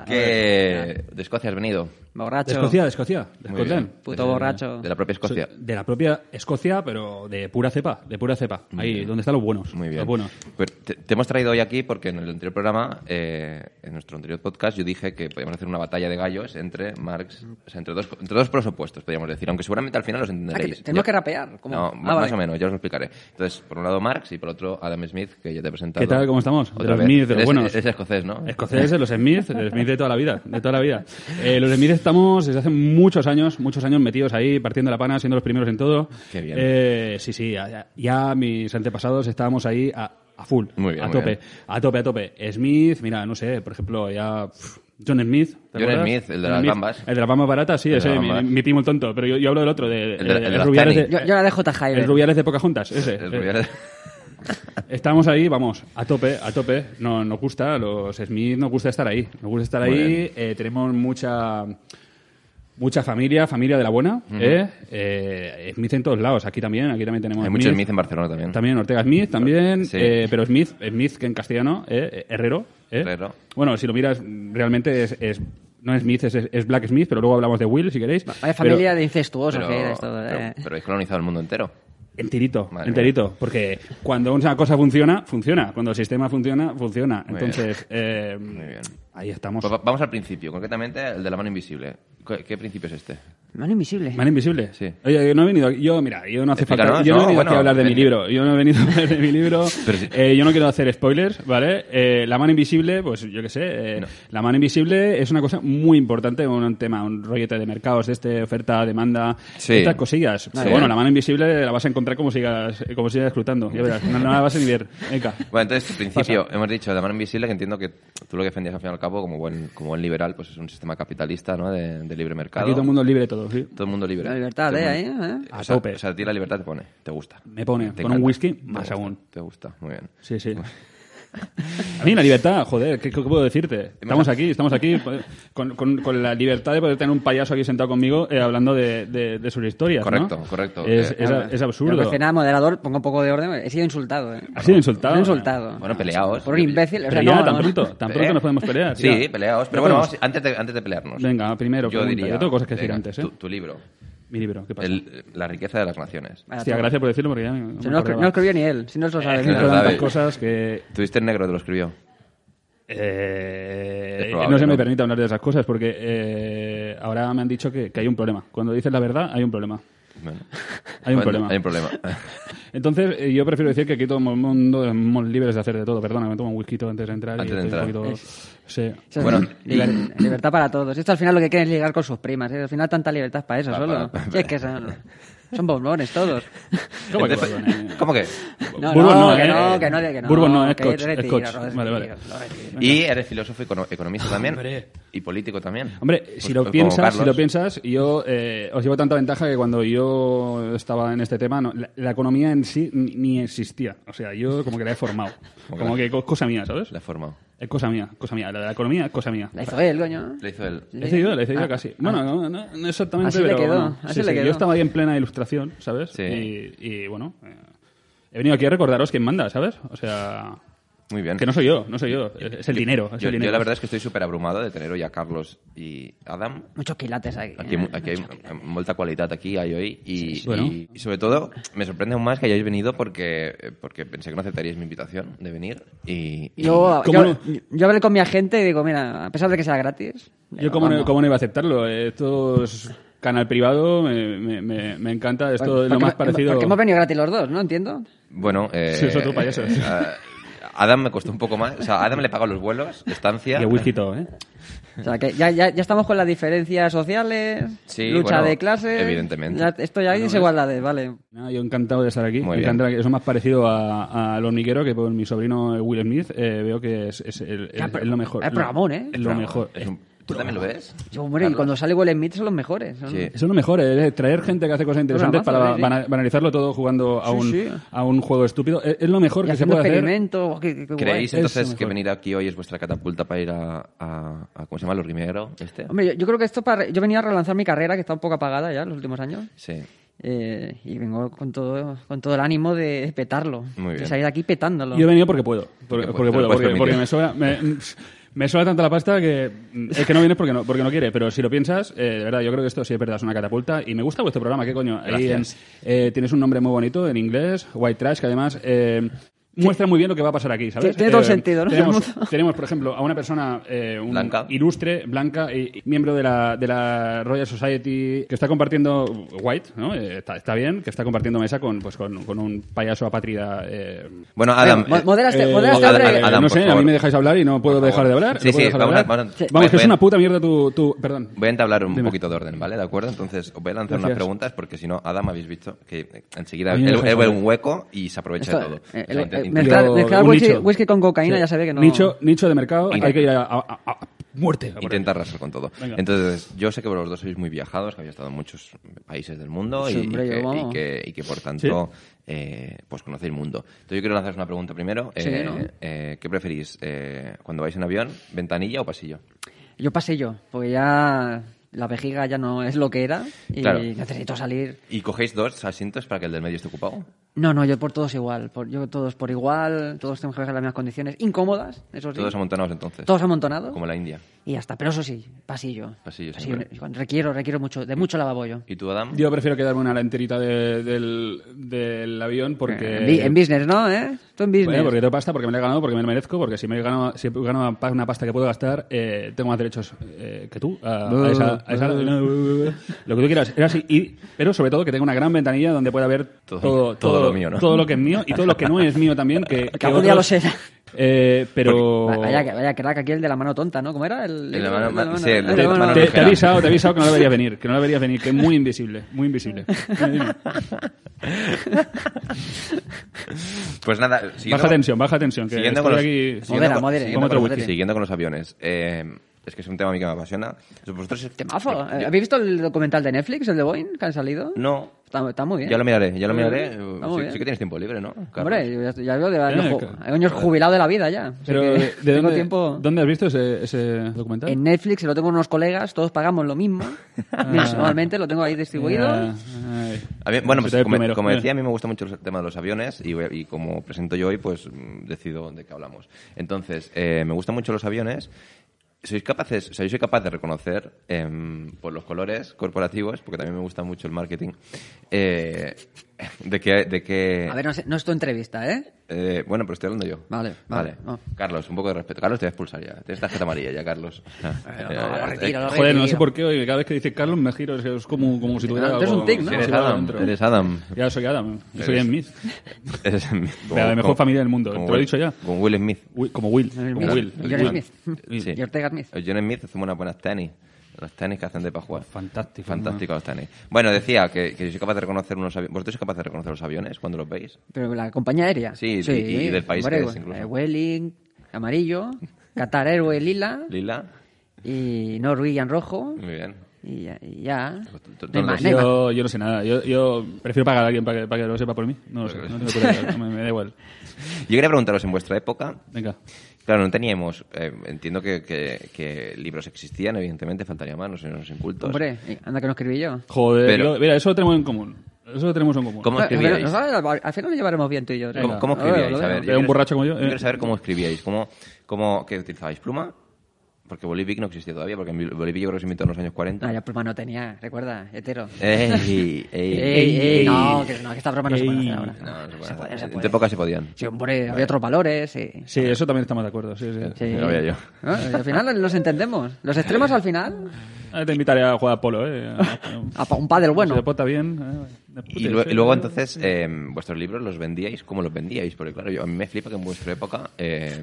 A: Que de Escocia has venido.
C: De
B: Borracho.
C: Escocia, de Escocia. De
A: Muy
C: Scotland.
A: bien.
B: Puto
A: De-
B: borracho.
A: De la propia Escocia.
C: De la propia Escocia, pero de pura cepa, de pura cepa. Ahí, donde están los buenos.
A: Muy bien.
C: Los buenos.
A: Pero te, te hemos traído hoy aquí porque en el anterior programa, eh, en nuestro anterior podcast, yo dije que podíamos hacer una batalla de gallos entre Marx, o sea, entre dos, entre dos presupuestos, podríamos decir, aunque seguramente al final los
B: Ah, que
A: entenderéis.
B: te- tenemos
A: Ya-
B: que rapear. ¿cómo?
A: No,
B: Ah,
A: más
B: vale.
A: o menos, ya os lo explicaré. Entonces, por un lado Marx y por otro Adam Smith, que ya te he presentado.
C: ¿Qué tal? ¿Cómo estamos? De
A: Otra
C: los
A: vez.
C: Smith, de los
A: Eres-
C: buenos.
A: eres escocés, ¿no?
C: Escoceses, los Smith, los Smith de toda la vida, de toda la vida. Eh, los Smith estamos desde hace muchos años, muchos años metidos ahí, partiendo la pana, siendo los primeros en todo.
A: Qué bien.
C: Eh, sí, sí, ya, ya- ya mis antepasados estábamos ahí a, a full,
A: Muy bien,
C: a
A: muy
C: tope,
A: bien.
C: a tope, a tope. Smith, mira, no sé, por ejemplo, ya pff, John Smith. ¿te
A: John
C: acuerdas?
A: Smith, el de las bambas.
C: El de las bambas baratas, sí,
A: El de
C: ese,
A: las
C: mi,
A: bambas.
C: mi primo el tonto, pero yo, yo hablo del otro, de,
A: El de- el de las
C: Rubiales
A: tenis.
B: Yo, yo la dejo a Jaime.
C: el Rubiales de Pocahontas, ese.
A: El
C: Eh,
A: Rubiales.
C: Estamos ahí, vamos, a tope, a tope. No, nos gusta, los Smith nos gusta estar ahí. Nos gusta estar
A: Muy
C: ahí.
A: bien.
C: eh, tenemos mucha mucha familia, familia de la buena. ¿eh? Eh, Smith en todos lados, aquí también, aquí también tenemos
A: Hay muchos Smith en Barcelona también.
C: También Ortega Smith, también.
A: Sí.
C: eh, pero Smith, Smith que en castellano, eh, eh, Herrero. ¿eh?
A: Herrero.
C: Bueno, si lo miras, realmente es... es- no es Smith, es, es Black Smith, pero luego hablamos de Will, si queréis.
B: Vaya
C: Pero-
B: familia de incestuosos
A: Pero,
B: que eres todo.
A: pero-
B: eh.
A: pero habéis colonizado el mundo entero.
C: Enterito,
A: Madre
C: enterito. Porque cuando una cosa funciona, funciona. Cuando el sistema funciona, funciona.
A: Muy
C: Entonces, eh,
A: bien.
C: ahí estamos.
A: Pues va- vamos al principio, concretamente el de la mano invisible. ¿Qué, qué principio es este?
B: Mano invisible.
C: Man Invisible.
A: Sí.
C: Oye, yo no he venido. Yo, mira, yo no hace falta.
A: Explícanos,
C: Yo no, he
A: no,
C: venido aquí
A: bueno,
C: a hablar de mi
A: ven.
C: libro. Yo no he venido a hablar de mi libro.
A: [LAUGHS] Pero sí.
C: Eh, yo no quiero hacer spoilers, ¿vale? Eh, la mano invisible, pues yo qué sé. eh,
A: No.
C: La mano invisible es una cosa muy importante, un tema, un rollete de mercados, de este, oferta, demanda,
A: Sí.
C: estas cosillas. Pero
A: Sí.
C: bueno, la mano invisible la vas a encontrar como sigas, como sigas escrutando. Ya verás, no, no la vas a ni ver. Venga.
A: Bueno, entonces, al principio, hemos dicho la mano invisible, que entiendo que tú lo que defendías al fin y al cabo, como buen, como buen liberal, pues es un sistema capitalista, ¿no? De, de libre mercado.
C: Aquí todo el mundo es libre de todo, ¿sí?
A: Todo el mundo libre.
B: La libertad,
A: Todo el
B: ¿eh?
A: mundo-
B: Ahí, ¿eh?
C: A
A: o sea,
C: tope.
A: O sea, a ti la libertad te pone, te gusta.
C: Me pone,
A: Te
C: con un
A: encanta.
C: whisky,
A: Te
C: más
A: gusta,
C: aún.
A: Te gusta, muy bien.
C: Sí, sí. A mí la libertad, joder, ¿qué, qué puedo decirte? Estamos aquí, estamos aquí joder, con, con- con la libertad de poder tener un payaso aquí sentado conmigo eh, hablando de, de, de sus historias. ¿no?
A: Correcto, correcto.
C: Es,
A: Eh,
C: es a- es absurdo.
B: Pero que nada, moderador, pongo un poco de orden. He sido insultado, ¿eh?
C: ¿Has sido insultado?
B: Me he insultado.
A: Bueno, peleaos.
B: Por un imbécil. o sea,
C: Pero ya,
B: no,
C: tan
B: no.
C: pronto, tan pronto
A: ¿Eh?
C: nos podemos pelear.
A: Sí,
C: ya.
A: peleaos.
C: Ya
A: Pero bueno,
C: podemos-
A: vamos, antes, de, antes de pelearnos.
C: Venga, primero
A: yo
C: pregunta.
A: diría.
C: Yo tengo cosas que decir
A: venga,
C: antes, ¿eh?
A: Tu, tu libro,
C: Mi libro, ¿qué pasa?
A: el- La riqueza de las naciones.
B: Vaya,
C: Hostia,
B: tú.
C: gracias por decirlo porque ya me- no
B: O sea,
C: me
B: no, lo escri-
C: acordaba.
B: no lo escribió ni él, si no se lo
A: Eh,
B: sabe.
C: [LAUGHS] Me
A: claro.
B: ¿no?
C: acuerdo de
A: sabe.
C: tantas cosas que...
A: Tuviste el negro que lo escribió.
C: Eh,
A: Es probable,
C: no se me
A: ¿no?
C: permite hablar de esas cosas porque eh, ahora me han dicho que, que hay un problema. Cuando dices la verdad, hay un problema.
A: Bueno.
C: [LAUGHS] Hay un
A: Bueno,
C: problema.
A: Hay un problema.
C: Entonces, eh, yo prefiero decir que aquí todo el mundo somos libres de hacer de todo. Perdona, me tomo un whisky antes de entrar.
A: Antes
C: y
A: de
C: estoy
A: entrar.
C: Un poquito... Sí.
B: Eso es
A: Bueno,
B: liber- libertad para todos. Esto al final lo que quieren es ligar con sus primas. ¿eh? Al final tanta libertad es para eso
A: Pa-
B: solo.
A: pa- pa-
B: Si es que son, son bombones
C: [LAUGHS]
B: todos.
C: [LAUGHS] ¿Cómo que
A: Entonces-
C: perdona, eh?
A: ¿Cómo que?
B: No,
C: Bourbon
B: no,
C: no,
B: que
C: ¿eh?
B: no, que no, que no.
C: Bourbon no, es
B: que
C: Scotch,
B: lo retiro,
C: Scotch.
B: lo retiro,
C: Vale, vale.
B: lo retiro.
A: Y eres filósofo y econo- economista también.
C: Ah, Hombre.
A: Y político también.
C: Hombre,
A: Pues-
C: si lo
A: como
C: piensas,
A: Carlos.
C: si lo piensas, yo eh, os llevo tanta ventaja que cuando yo estaba en este tema, no, la, la economía en sí ni, ni existía. O sea, yo como que la he formado.
A: Como
C: como
A: que
C: que co- cosa mía, ¿sabes?
A: La he formado.
C: Es cosa mía, cosa mía. La de la economía es cosa mía.
B: La hizo él, coño.
A: Lo hizo él.
C: Le he cedido, le he cedido casi. Bueno, no, no, no exactamente,
B: Ah. Así le
C: pero
B: quedó,
C: bueno.
B: así
C: Sí,
B: le
C: sí,
B: quedó.
C: Yo estaba ahí en plena ilustración, ¿sabes?
A: Sí.
C: Y, y, bueno, eh, he venido aquí a recordaros quién manda, ¿sabes? O sea,
A: Muy bien.
C: que no soy yo, no soy yo. Es es el
A: Yo-
C: dinero, es
A: Yo, yo
C: el dinero.
A: la verdad es que estoy súper abrumado de tener hoy a Carlos y Adam.
B: Muchos quilates aquí.
A: Aquí, hay
B: ¿eh?
A: mu- aquí hay molta cualidad aquí hay hoy y, y-
C: Bueno.
A: y sobre todo me sorprende aún más que hayáis venido porque, porque pensé que no aceptaríais mi invitación de venir y, y-
B: Yo,
C: ¿Cómo
B: yo,
C: no?
B: yo hablé con mi agente y digo, mira, a pesar de que sea gratis.
C: Yo como no,
B: vamos.
C: cómo no iba a aceptarlo. Esto es canal privado, me, me- me- me encanta. Esto es lo
B: Porque-
C: más parecido...
B: Porque hemos venido gratis los dos, ¿no? Entiendo.
A: bueno eh,
C: Sí, es otro payaso.
A: eh, a- Adam me costó un poco más o sea a Adam le pago los vuelos estancia
C: Y whisky todo, ¿eh?
B: O sea, que ya, ya, ya estamos con las diferencias sociales,
A: Sí,
B: lucha
A: bueno,
B: de clases.
A: evidentemente.
B: Ya, esto ya hay desigualdades, vale.
C: Nada, yo encantado de estar aquí.
A: Muy
C: Me
A: bien.
C: encanta que- eso es más parecido a, a Los Hormiguero que por mi sobrino Will Smith. eh, veo que es, es el,
B: Ya,
C: es-
B: pero-
C: es lo mejor.
B: es programón, ¿eh?
C: Es lo mejor.
A: Es un- ¿tú también lo ves?
B: Yo, hombre, y cuando sale Will Smith son los mejores. ¿no?
A: Sí.
C: Eso es lo mejor, eh, traer gente que hace cosas interesantes
B: Programazo,
C: para
B: sí, sí.
C: bana- banalizarlo todo jugando a
B: Sí,
C: un,
B: sí.
C: A un juego estúpido. Es, es lo mejor
B: Y
C: que se
B: haciendo
C: puede hacer.
B: experimentos. oh, qué- qué guay.
A: ¿Creéis
C: Eso
A: entonces
C: mejor.
A: que venir aquí hoy es vuestra catapulta para ir a, a- a- ¿cómo se llama? ¿Los Rimero? ¿Este?
B: Hombre, yo, yo creo que esto para. Yo venía a relanzar mi carrera, que está un poco apagada ya en los últimos años.
A: Sí.
B: eh, y vengo con todo, con todo el ánimo de petarlo.
A: Muy bien.
B: De salir de aquí petándolo.
C: Yo he venido porque puedo. Porque,
A: Porque puedes, te lo
C: porque
A: puedes
C: puedo, porque,
A: permitir.
C: porque me sobra. Me, me sobra tanta la pasta que mm, es que no vienes porque no, porque no quiere, pero si lo piensas, eh, de verdad, yo creo que esto sí es verdad, es una catapulta. Y me gusta vuestro programa, ¿qué coño? Ahí en-
A: Gracias.
C: eh, tienes un nombre muy bonito en inglés, White Trash, que además eh, muestra muy bien lo que va a pasar aquí, ¿sabes? Eh,
B: Tiene todo el sentido, ¿no?
C: Tenemos,
B: Hermoso.
C: tenemos, por ejemplo, a una persona eh, un
A: Blanca.
C: ilustre, blanca, y, y miembro de la, de la Royal Society, que está compartiendo White, ¿no? Eh, está, está bien, que está compartiendo mesa con, pues, con, con un payaso apátrida. eh,
A: Bueno, Adam.
B: Mo-
A: eh,
B: moderaste,
C: eh,
B: moderaste,
A: Adam,
B: hombre.
A: Adam, Adam,
C: no
A: por
C: sé, a
A: favor.
C: mí me dejáis hablar y no puedo
A: Por
C: dejar
A: favor.
C: de hablar.
A: Sí,
C: no puedo
A: sí,
C: dejar de
A: vamos,
C: hablar.
A: vamos. Sí.
C: Vamos, que es
A: Ven.
C: una puta mierda tu... tu- perdón.
A: Voy a entablar un
C: Dime.
A: poquito de orden, ¿vale? ¿De acuerdo? Entonces, os voy a lanzar unas
C: Gracias.
A: preguntas porque si no, Adam habéis visto que enseguida
C: A mí me
A: él,
C: dejáis
A: él ve
C: hablar.
A: un hueco y se aprovecha
B: Esto-
A: de todo.
B: eh,
A: O sea,
B: eh,
A: inte-
B: eh,
A: inte-
B: mezclar-
C: Yo-
B: mezclar
C: un
B: whisky-
C: nicho.
B: whisky con cocaína, ya sabe que no-
C: Nicho, nicho de mercado,
A: Intenta-
C: hay que ir a, a- a- a muerte. a por
A: intenta arrasar con todo.
C: Venga.
A: Entonces, yo sé que vosotros dos sois muy viajados, que habéis estado en muchos países del mundo
B: Sí,
A: y,
B: hombre,
A: y que,
B: yo, vamos.
A: y que- y que, por tanto, eh, pues conocéis el mundo. Entonces, yo quiero lanzaros una pregunta primero.
B: Sí,
A: Eh,
B: ¿no?
A: eh, ¿Qué preferís? Eh, ¿Cuando vais en avión, ventanilla o pasillo?
B: Yo pasé yo, porque ya la vejiga ya no es lo que era y
A: Claro.
B: necesito salir.
A: ¿Y cogéis dos asientos para que el del medio esté ocupado?
B: No, no, yo por todos igual. Por, yo todos por igual, todos tenemos que dejar las mismas condiciones. Incómodas, eso sí.
A: Todos amontonados entonces.
B: Todos amontonados.
A: Como la India.
B: Y ya está. Pero eso sí, pasillo.
A: Pasillo siempre.
B: Requiero, requiero mucho, de mucho lavabo yo.
A: ¿Y tú, Adam?
C: Yo prefiero quedarme una hora enterita de- del, del avión porque...
B: En, bi- en business, ¿no? ¿Eh? Tú en business.
C: Bueno, porque tengo pasta, porque me la he ganado, porque me la merezco, porque si me gano, si gano pa- una pasta que puedo gastar, eh, tengo más derechos eh, que tú. a- a esa- a esa- [LAUGHS] lo que tú quieras. Era así, y- pero sobre todo que tenga una gran ventanilla donde pueda ver
A: Todo-
C: todo,
A: todo lo mío, ¿no?
C: todo lo que es mío y todo lo que no es mío también.
B: [LAUGHS]
C: Que, que
B: algún día
C: otros-
B: lo será.
C: Eh, pero...
B: Va- Vaya, vaya crack aquí el de la mano tonta, ¿no? ¿Cómo era? El,
A: El de la mano-
B: el de
A: sí, el de
C: Te,
A: la mano
C: te- te
A: ligera.
C: he avisado, te he avisado que no la verías venir, que no la verías venir, que es muy invisible,
B: [LAUGHS]
C: muy invisible.
A: Pues nada, siguiendo-
C: baja tensión, baja tensión, que
A: Siguiendo con
C: estoy
A: los-
C: aquí...
A: siguiendo
B: Modera,
A: con-
B: modere,
A: siguiendo con los-
B: modere.
A: siguiendo con los aviones. Eh, es que es un tema a mí que me apasiona. Eh, Vosotros-
B: Temazo.
A: Yo-
B: Eh, ¿Habéis visto el documental de Netflix, el de Boeing, que han salido?
A: No.
B: Está, está muy bien.
A: Ya lo miraré, ya lo
B: Está
A: miraré.
B: muy bien.
A: Sí,
B: Está muy
A: sí
B: bien.
A: que tienes tiempo libre, ¿no? Carlos?
B: Hombre, yo ya, ya veo de varios
C: Eh,
B: ju-
C: claro.
B: años jubilado de la vida ya. Así
C: Pero,
B: que
C: ¿de
B: tengo
C: dónde,
B: tiempo.
C: dónde has visto ese, ese documental?
B: En Netflix se lo tengo con unos colegas, todos pagamos lo
C: [LAUGHS]
B: mismo. Mensualmente lo tengo ahí distribuido.
C: Ah, ay.
A: A mí- bueno,
C: Se
A: pues,
C: te ve
A: como,
C: primero.
A: como decía, a mí me gusta mucho el tema de los aviones y, voy a- y como presento yo hoy, pues mm, decido de qué hablamos. Entonces, eh, me gustan mucho los aviones. ¿Sois capaces, o sea, yo soy capaz de reconocer em, por los colores corporativos, porque también me gusta mucho el marketing, eh, de que... De que
B: A ver, no, sé- no es tu entrevista, ¿eh?
A: eh, bueno, pero estoy hablando yo.
B: Vale, vale, Ah. no.
A: Carlos, un poco de respeto. Carlos te va a expulsar ya. Tienes tarjeta amarilla ya,
B: [LAUGHS]
A: Carlos. Eh,
B: no, lo retiro, lo
C: Joder, no sé
B: retiro.
C: por qué hoy, cada vez que dice Carlos me giro, es- es como, como si tuviera
B: Ah, tú eres
C: algo-
B: un tic, ¿no?
C: como si
A: Eres
C: tuviera algo
A: Adam,
C: dentro.
A: eres Adam.
C: Ya soy Adam, yo soy
A: Eres-
C: en Smith.
A: Es
C: La mejor familia del mundo,
A: como
C: te lo he
A: Will-
C: dicho ya.
A: Con Will Smith.
C: Wi- como Will,
B: El
C: como Will.
B: Will.
C: el
B: John
C: Will.
B: Smith. Y Ortega Smith.
A: John Smith hace unas buenas tenis. Los tenis que hacen de para jugar.
C: Fantástico.
A: Fantástico los tenis. Bueno, decía que, que yo soy capaz de reconocer unos aviones. ¿Vosotros sois capaz de reconocer los aviones cuando los veis?
B: Pero la compañía aérea.
A: Sí, y- y del país que es,
B: eh,
A: incluso.
B: Welling, amarillo, Qatar Airways lila
A: Lila.
B: y Norwegian rojo.
A: Muy bien.
B: Y ya. y ya.
A: Todos
B: No hay
A: los-
B: más, no hay más.
C: Yo, yo no sé nada, yo, yo prefiero pagar a alguien para que, para que lo sepa por mí. No lo sé, no tengo curiosidad, me, me da igual.
A: Yo quería preguntaros, en vuestra época,
C: Venga.
A: claro, no teníamos... eh, entiendo que, que- que libros existían, evidentemente, faltaría más, no sé, unos incultos.
B: Hombre, anda que no escribí yo.
C: Joder,
A: Pero-
C: lo- mira, eso lo tenemos en común. Eso lo tenemos en común.
A: ¿Cómo
B: Bueno, pero
A: escribíais?
B: nos va- Al final nos llevaremos bien tú y yo. ¿no?
A: ¿Cómo,
C: Venga.
A: cómo
B: Lo veo,
A: escribíais?
B: lo
A: A
B: veo.
A: ver, yo
C: Era un
A: quiero-
C: borracho como yo, eh.
A: Quiero saber cómo escribíais, cómo, cómo qué utilizabais, pluma, porque Bolivic no existía todavía, porque en Bolivic yo creo que se inventó en los años 40.
B: No, yo pluma pues no tenía, recuerda, hetero.
A: ¡Ey! ¡Ey!
B: Ey,
A: ey,
B: ey, no, que, no, que esta broma no se puede
C: Ey.
B: hacer ahora.
A: No, no se puede hacer.
B: puede, se
A: En
B: puede.
A: tu época se podían.
B: Sí, hombre, había otros valores, sí.
C: Sí, eso también estamos de acuerdo. Sí, sí.
B: Sí.
A: No lo veía yo.
B: ¿No? Al final los entendemos. Los extremos al final,
C: Ah, Te invitaré a jugar a polo, ¿eh?
B: [LAUGHS] a pa- un pádel
C: Se
B: bueno.
C: pota bien. eh, de puta,
A: Y, lue-
C: sí.
A: y luego entonces, eh, vuestros libros los vendíais, ¿cómo los vendíais? Porque claro, yo, a mí me flipa que en vuestra época... eh,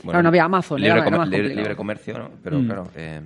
B: Claro, no había Amazon,
A: libre,
B: era- era
A: comer-
B: más
A: libre-
B: complicado.
A: libre comercio, ¿no?
C: Mm.
A: Pero claro, eh,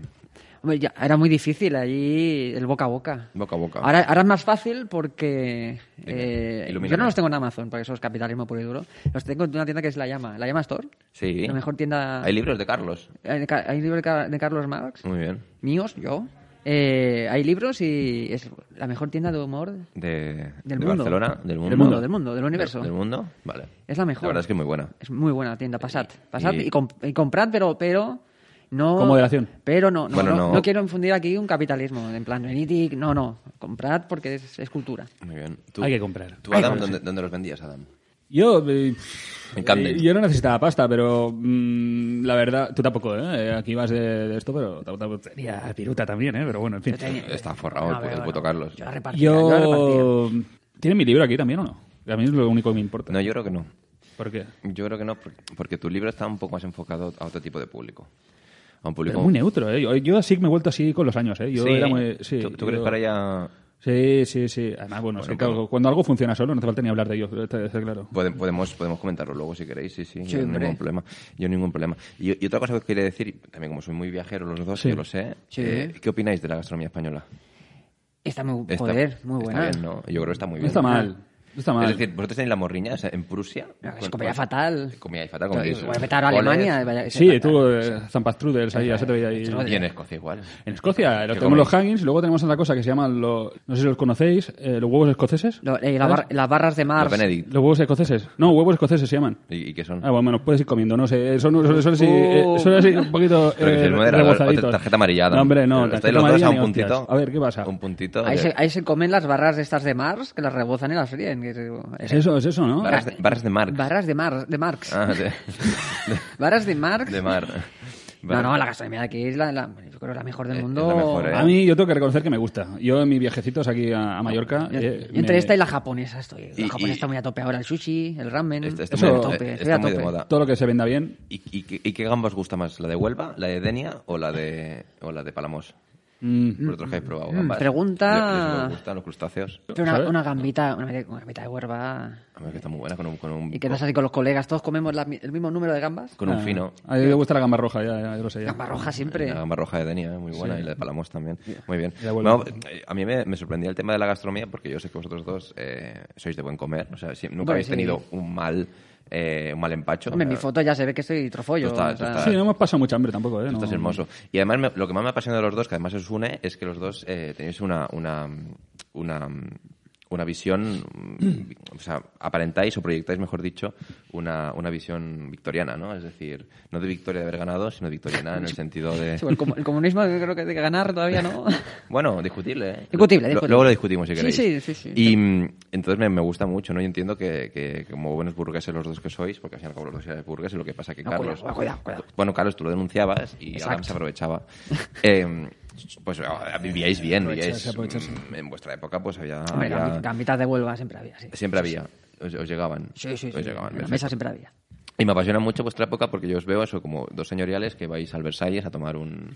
B: Hombre, ya era muy difícil allí el boca a boca.
A: boca a boca.
B: Ahora, ahora es más fácil porque eh,
A: ilumíname.
B: yo no los tengo en Amazon, porque eso es capitalismo puro y duro. Los tengo en una tienda que es La Llama, La Llama Store.
A: sí.
B: La mejor tienda...
A: Hay Mm. libros de Carlos.
B: Hay ca- hay libro de Ca- de Carlos Marx.
A: Muy bien.
B: míos, yo. Eh, hay libros y es la mejor tienda de humor.
A: De, de
B: Del mundo.
A: Barcelona, del mundo.
B: Del mundo, del mundo, del universo.
A: Del mundo, vale.
B: Es la mejor.
A: La verdad es que es muy buena.
B: Es muy buena tienda, pasad. Pasad
A: Y-
B: y, comp- y comprad, pero, pero no...
C: Con moderación.
B: Pero no, no,
A: Bueno,
B: no,
A: no.
B: no quiero infundir aquí un capitalismo, en plan, venid y- no, no, comprad porque es, es cultura.
A: Muy bien.
C: Hay que comprar.
A: ¿Tú, Adam, dónde, dónde los vendías, Adam?
C: Yo, eh,
A: En Camden.
C: eh, yo no necesitaba pasta, pero mm, la verdad, tú tampoco, ¿eh? Eh, Aquí vas de, de esto, pero tampoco tenía piruta también, ¿eh? Pero bueno, en fin.
B: Yo tenía-
A: Está forrado el
B: No,
A: pu- el
B: pero
A: puto Carlos.
B: Yo la repartía, yo la repartía.
C: Yo... ¿Tiene mi libro aquí también o no? A mí es lo único que me importa.
A: No, yo creo que no.
C: ¿Por qué?
A: Yo creo que no, por- porque tu libro está un poco más enfocado a otro tipo de público. A un
C: Pero
A: público...
C: muy neutro, ¿eh? Yo, yo así me he vuelto así con los años, ¿eh? Yo
A: Sí.
C: era muy... Sí,
A: ¿Tú, tú
C: yo-
A: crees que ahora ya
C: Sí, sí, sí. Además, bueno, es que claro, cuando algo funciona solo no te falta ni hablar de ello, está está claro.
A: Pode- podemos, podemos comentarlo luego si queréis? Sí, sí,
B: Sí,
A: yo
B: hombre.
A: ningún problema. Yo ningún problema. Y, y otra cosa que os quería decir, también como soy muy viajero los dos,
C: Sí.
A: yo lo sé,
B: Sí.
A: eh, ¿qué opináis de la gastronomía española?
B: Está muy,
A: Está-
B: joder, muy
A: está
B: buena.
A: bien, ¿no? Yo creo que está muy
C: No
A: bien.
C: está mal. No está mal.
A: Es decir, vosotros tenéis la morriña o sea, en Prusia.
B: No,
A: Con-
B: es comida
A: con-
B: fatal.
A: Comida fatal, como dices.
B: Voy a meter a
A: Coles.
B: Alemania. vaya-
C: sí,
B: fatal.
C: tú, eh, Zampas-Trudels, ahí, ya se te veía ahí.
A: Y en Escocia igual.
C: En Escocia los
A: ¿Qué
C: tenemos
A: coméis?
C: los haggis y luego tenemos otra cosa que se llaman los... No sé si los conocéis, eh, los huevos escoceses.
B: Lo- eh, la bar- las barras de
A: Los
B: mar.
A: Benedict.
C: Los huevos escoceses. No, huevos escoceses se llaman.
A: ¿Y, y qué son?
C: Ah, bueno, bueno, puedes ir comiendo, no sé. Son, son, son así, eh,
B: Oh.
C: son así un poquito
A: Pero que
C: eh,
A: si es moderador,
C: rebozaditos.
A: o tarjeta amarilla, Adam.
C: No, hombre, no.
A: Pero
C: Tarjeta
A: estáis los dos
C: amarilla
A: a un
C: ni hostias.
A: puntito.
C: A ver, ¿qué pasa?
A: Un puntito.
B: Ahí
A: de-
B: se, ahí se comen las barras estas de Mars que las rebozan y las fríen. que es,
C: Es eso, es eso, ¿no?
A: Barras de, barras de Marx.
B: barras de, Mar, de Marx.
A: Ah, de,
B: [LAUGHS] Barras de Marx.
A: de Mar.
B: No, no, la gastronomía de aquí es la, la- yo creo la mejor del
A: Es- es
B: mundo.
A: la mejor, ¿eh?
C: A mí yo tengo que reconocer que me gusta. Yo en mis viajecitos aquí a, a Mallorca...
B: Yo-
C: eh,
B: yo entre
C: me-
B: esta y la japonesa estoy. La
A: Y-
B: japonesa
A: y-
B: está muy a tope ahora. El sushi, el ramen.
A: Está- está
B: estoy
C: muy-
B: a tope.
A: está
B: estoy a
A: muy de
B: tope.
A: moda.
C: Todo lo que se venda bien.
A: ¿Y, y, qué- y qué gamba os gusta más? ¿La de Huelva, la de Denia o la de, o la de Palamos?
C: mm,
A: ¿Vosotros que habéis probado gambas?
B: pregunta-
A: Yo- yo sí me gustan los crustáceos?
B: Pero una,
C: ¿Sabes?
B: una gambita, una, una gambita de huerva.
A: A ver, que está muy buena con un, con un,
B: Y quedas así con los colegas, todos comemos la mi- el mismo número de gambas.
A: con un
C: ah,
A: fino.
C: A mí me gusta la gamba roja, ya, ya lo sé. ya.
B: Gamba roja siempre.
A: La gamba roja de Denia, ¿eh? muy buena, y la de Palamos también. Muy bien.
C: Y la Huelva.
A: No, eh, a mí me, me sorprendía el tema de la gastronomía porque yo sé que vosotros dos eh, sois de buen comer. O sea, si- nunca
B: Bueno,
A: habéis
B: sí.
A: tenido un mal, eh, un mal empacho.
B: Hombre, en mi
A: Eh,
B: foto ya se ve que estoy trofollo.
A: Tú estás-
B: o sea,
A: tú
C: Sí, no hemos pasado mucha hambre tampoco, ¿eh?
A: Tú
C: No.
A: Estás hermoso. Y además, me- lo que más me apasiona de los dos, que además os une, es que los dos eh, tenéis una, una, una, una visión, mm, o sea, aparentáis o proyectáis, mejor dicho, una, una visión victoriana, ¿no? Es decir, no de victoria de haber ganado, sino victoriana en el sentido de...
B: [LAUGHS] sí, el, comu- el comunismo yo creo que de ganar todavía no.
A: Bueno, discutible, ¿eh?
B: Discutible,
A: Lo-
B: discutible.
A: luego lo discutimos, si
B: Sí,
A: queréis.
B: sí, sí, sí.
A: Y mm, entonces me, me gusta mucho, ¿no? Yo entiendo que, que como buenos burgueses los dos que sois, porque al final como los dos erais burgueses, lo que pasa que
B: No,
A: Carlos...
B: cuidado, cuidado, cuidado.
A: Bueno, Carlos, tú lo denunciabas y
B: Exacto.
A: Adam se
B: [LAUGHS]
A: aprovechaba. Eh, pues ah, vivíais bien, vivíais...
C: Aprovecharse, aprovecharse.
A: mm, En vuestra época pues había...
B: [LAUGHS] Eh, Hombre,
A: había-
B: gambi- gambitas de huelva siempre había. Sí,
A: siempre había, os, os llegaban.
B: sí, sí.
A: os
B: sí.
A: llegaban,
B: En la
A: perfecto.
B: mesa siempre había.
A: Y me apasiona mucho vuestra época porque yo os veo eso como dos señoriales que vais al Versalles a tomar un,